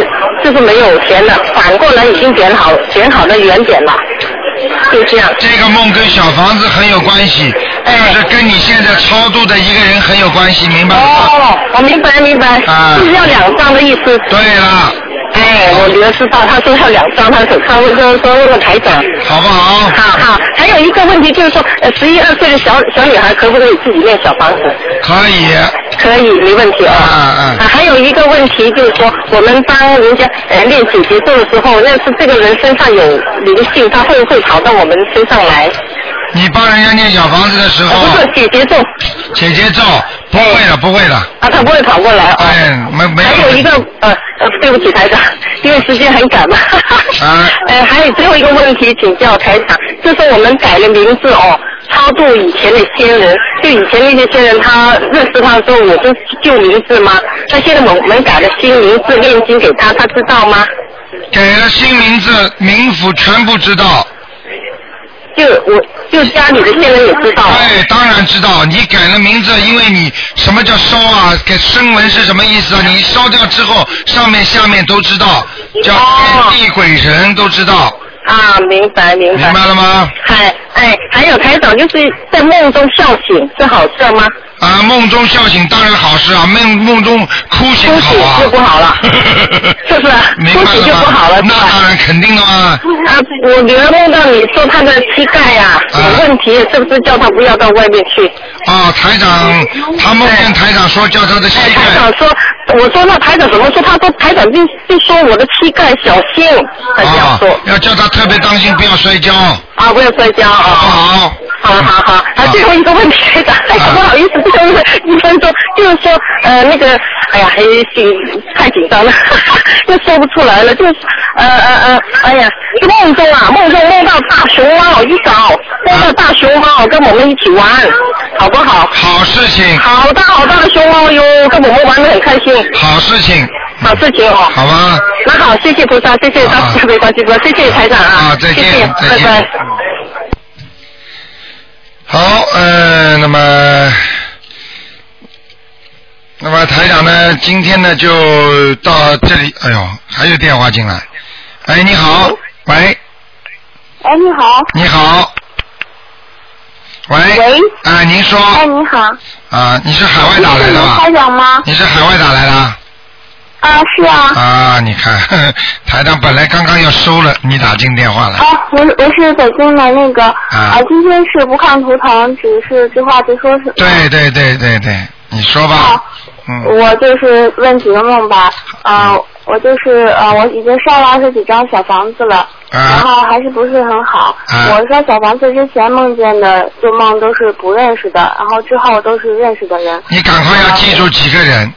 就是没有填的，反过来已经填好填好的圆点了。就这样。哎
这个梦跟小房子很有关系，就是跟你现在超度的一个人很有关系，明白吗？
哦，我明白明白，
啊
是要两张的意思。
对了。
哎，我女儿知道，她说要两张，她手上问说说问问台长，
好不好？
好好。还有一个问题就是说，呃，十一二岁的小小女孩可不可以自己练小房子？
可以。
可以，没问题啊。啊还有一个问题就是说，我们帮人家呃练姐姐咒的时候，要是这个人身上有灵性，他会不会跑到我们身上来？
你帮人家念小房子的时候，啊
啊不是姐姐咒，
姐姐咒不会了，不会了。
啊，他不会跑过来啊。
哎，没没有。
还有一个呃呃，对不起台长，因为时间很赶嘛。
啊。
呃，还有最后一个问题，请教台长，就是我们改了名字哦，超度以前的先人，呃就以前那些先人，他认识他的时候，我就旧名字吗？那现在我们改了新名字，念经给他，他知道吗？
给了新名字，冥府全部知道。
就我就家里的现人也知道。
对，当然知道。你改了名字，因为你什么叫烧啊？给声纹是什么意思啊？你烧掉之后，上面下面都知道，叫
哦
天地鬼神都知道。
啊，明白明白。
明白了吗？
还哎，还有台长，就是在梦中笑醒是好事吗？
啊，梦中笑醒当然好事啊，梦梦中哭醒好啊。
就不好 了，是不是？
明白
不
了
醒
吗
就不好了，是吧？
当然肯定的嘛。
啊，我女儿梦到你说她的膝盖呀、有问题，是不是叫她不要到外面去？嗯哎
啊，台长，他梦见台长说叫他的膝
台长说，我说那台长怎么说？他说台长就就说我的膝盖小心，台长说
啊要叫他特别当心，不要摔跤。
啊，不要摔跤啊。
好。
好好好，还最后一个问题， 台长，哎呀，不好意思，最后一个一分钟，就是说，呃，那个，哎呀，还紧，太紧张了， 又说不出来了，就是，呃呃呃，哎呀，梦中啊，梦中梦到大熊猫一早，梦到大熊猫跟我们一起玩，好不好？
好事情。
好大好大的熊猫哟，跟我们玩的很开心。
好事情。
好事情哦。
好吗？
那好，谢谢菩萨，谢谢大慈悲观世音菩萨，谢谢台长啊，
啊再见
谢谢，
再
拜
见
拜。
好，呃，那么，那么台长呢，今天呢就到这里。哎呦，还有电话进来。哎，你好，喂，
哎，你好。
你好，喂，
喂。
啊，您说。
哎，你好。
啊，你是海外打来的
你是卢
吧？
台长吗？
你是海外打来的啊？
啊，是啊。
啊，你看， 呵呵台长本来刚刚要收了，你打进电话来。
啊，我我是北京的那个，啊，今天是不看图腾，只是直话直说是。
对对对对对，你说吧。嗯。
我就是问几个梦吧，啊、我就是呃，我已经烧了二十几张小房子了，然后还是不是很好。
啊
我烧小房子之前梦见的做梦都是不认识的，然后之后都是认识的人。
你赶快要记住几个人。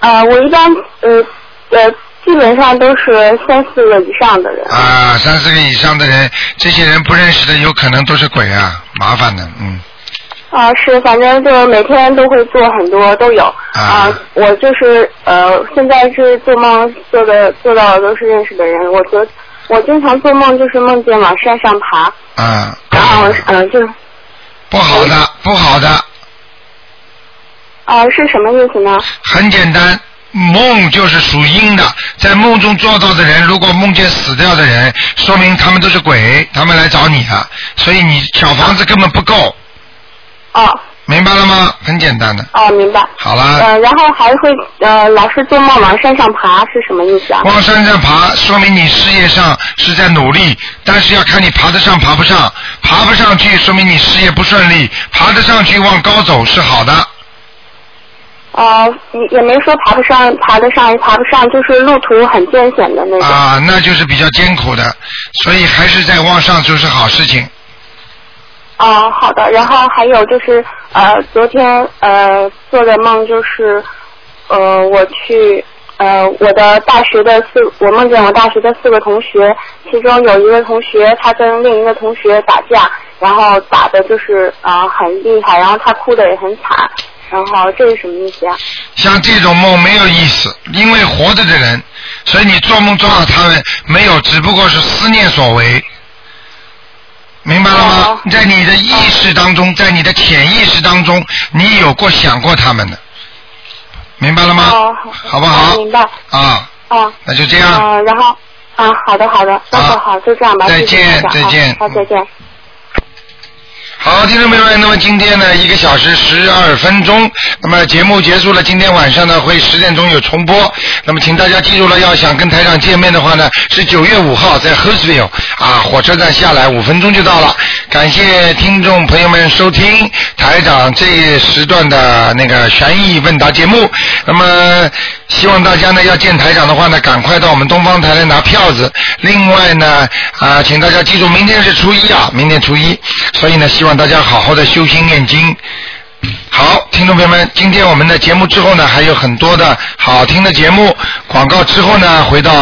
呃，我一般呃呃，基本上都是三四个以上的人。
啊，三四个以上的人，这些人不认识的，有可能都是鬼啊，麻烦的，嗯，
啊，是，反正就是每天都会做很多，都有。啊，我就是呃，现在是做梦做的做到的都是认识的人。我昨我经常做梦就是梦见往山上爬，
啊，
然后嗯、呃、就是
不好的，不好的，
嗯啊是什么意思呢？
很简单，梦就是属阴的，在梦中做到的人，如果梦见死掉的人，说明他们都是鬼，他们来找你了，所以你小房子根本不够。
哦。
明白了吗？很简单的。
哦，明白。
好啦
呃，然后还会呃，老是做梦往山上爬是什么意思啊？
往山上爬，说明你事业上是在努力，但是要看你爬得上爬不上。爬不上去，说明你事业不顺利；爬得上去，往高走是好的。
呃，也也没说爬不上，爬得上也爬不上，就是路途很艰险的那种。
啊，那就是比较艰苦的，所以还是在往上走是好事情。
啊，好的。然后还有就是，呃，昨天呃做的梦就是，呃，我去呃我的大学的四，我梦见我大学的四个同学，其中有一个同学他跟另一个同学打架，然后打的就是呃很厉害，然后他哭的也很惨，然后这是什么意思呀、
像这种梦没有意思，因为活着的人，所以你做梦做到他们没有，只不过是思念所为，明白了
哦
吗？在你的意识当中，在你的潜意识当中，你有过想过他们的，明白了吗？
哦
好不好？
明白。
啊，
啊，
那就这样
呃然后啊，好的好的，那就好，就这样吧。谢谢
再见
台长
再见
好，好再见。
好，听众朋友们，那么今天呢，一个小时十二分钟，那么节目结束了，今天晚上呢会十点钟有重播，那么请大家记住了，要想跟台长见面的话呢，是九月五号在 Hurstville 啊火车站下来五分钟就到了，感谢听众朋友们收听台长这一时段的那个悬疑问答节目，那么希望大家呢要见台长的话呢，赶快到我们东方台来拿票子，另外呢啊，请大家记住，明天是初一啊，明天初一，所以呢，希望大家好好的修心念经。好，听众朋友们，今天我们的节目之后呢，还有很多的好听的节目，广告之后呢，回到。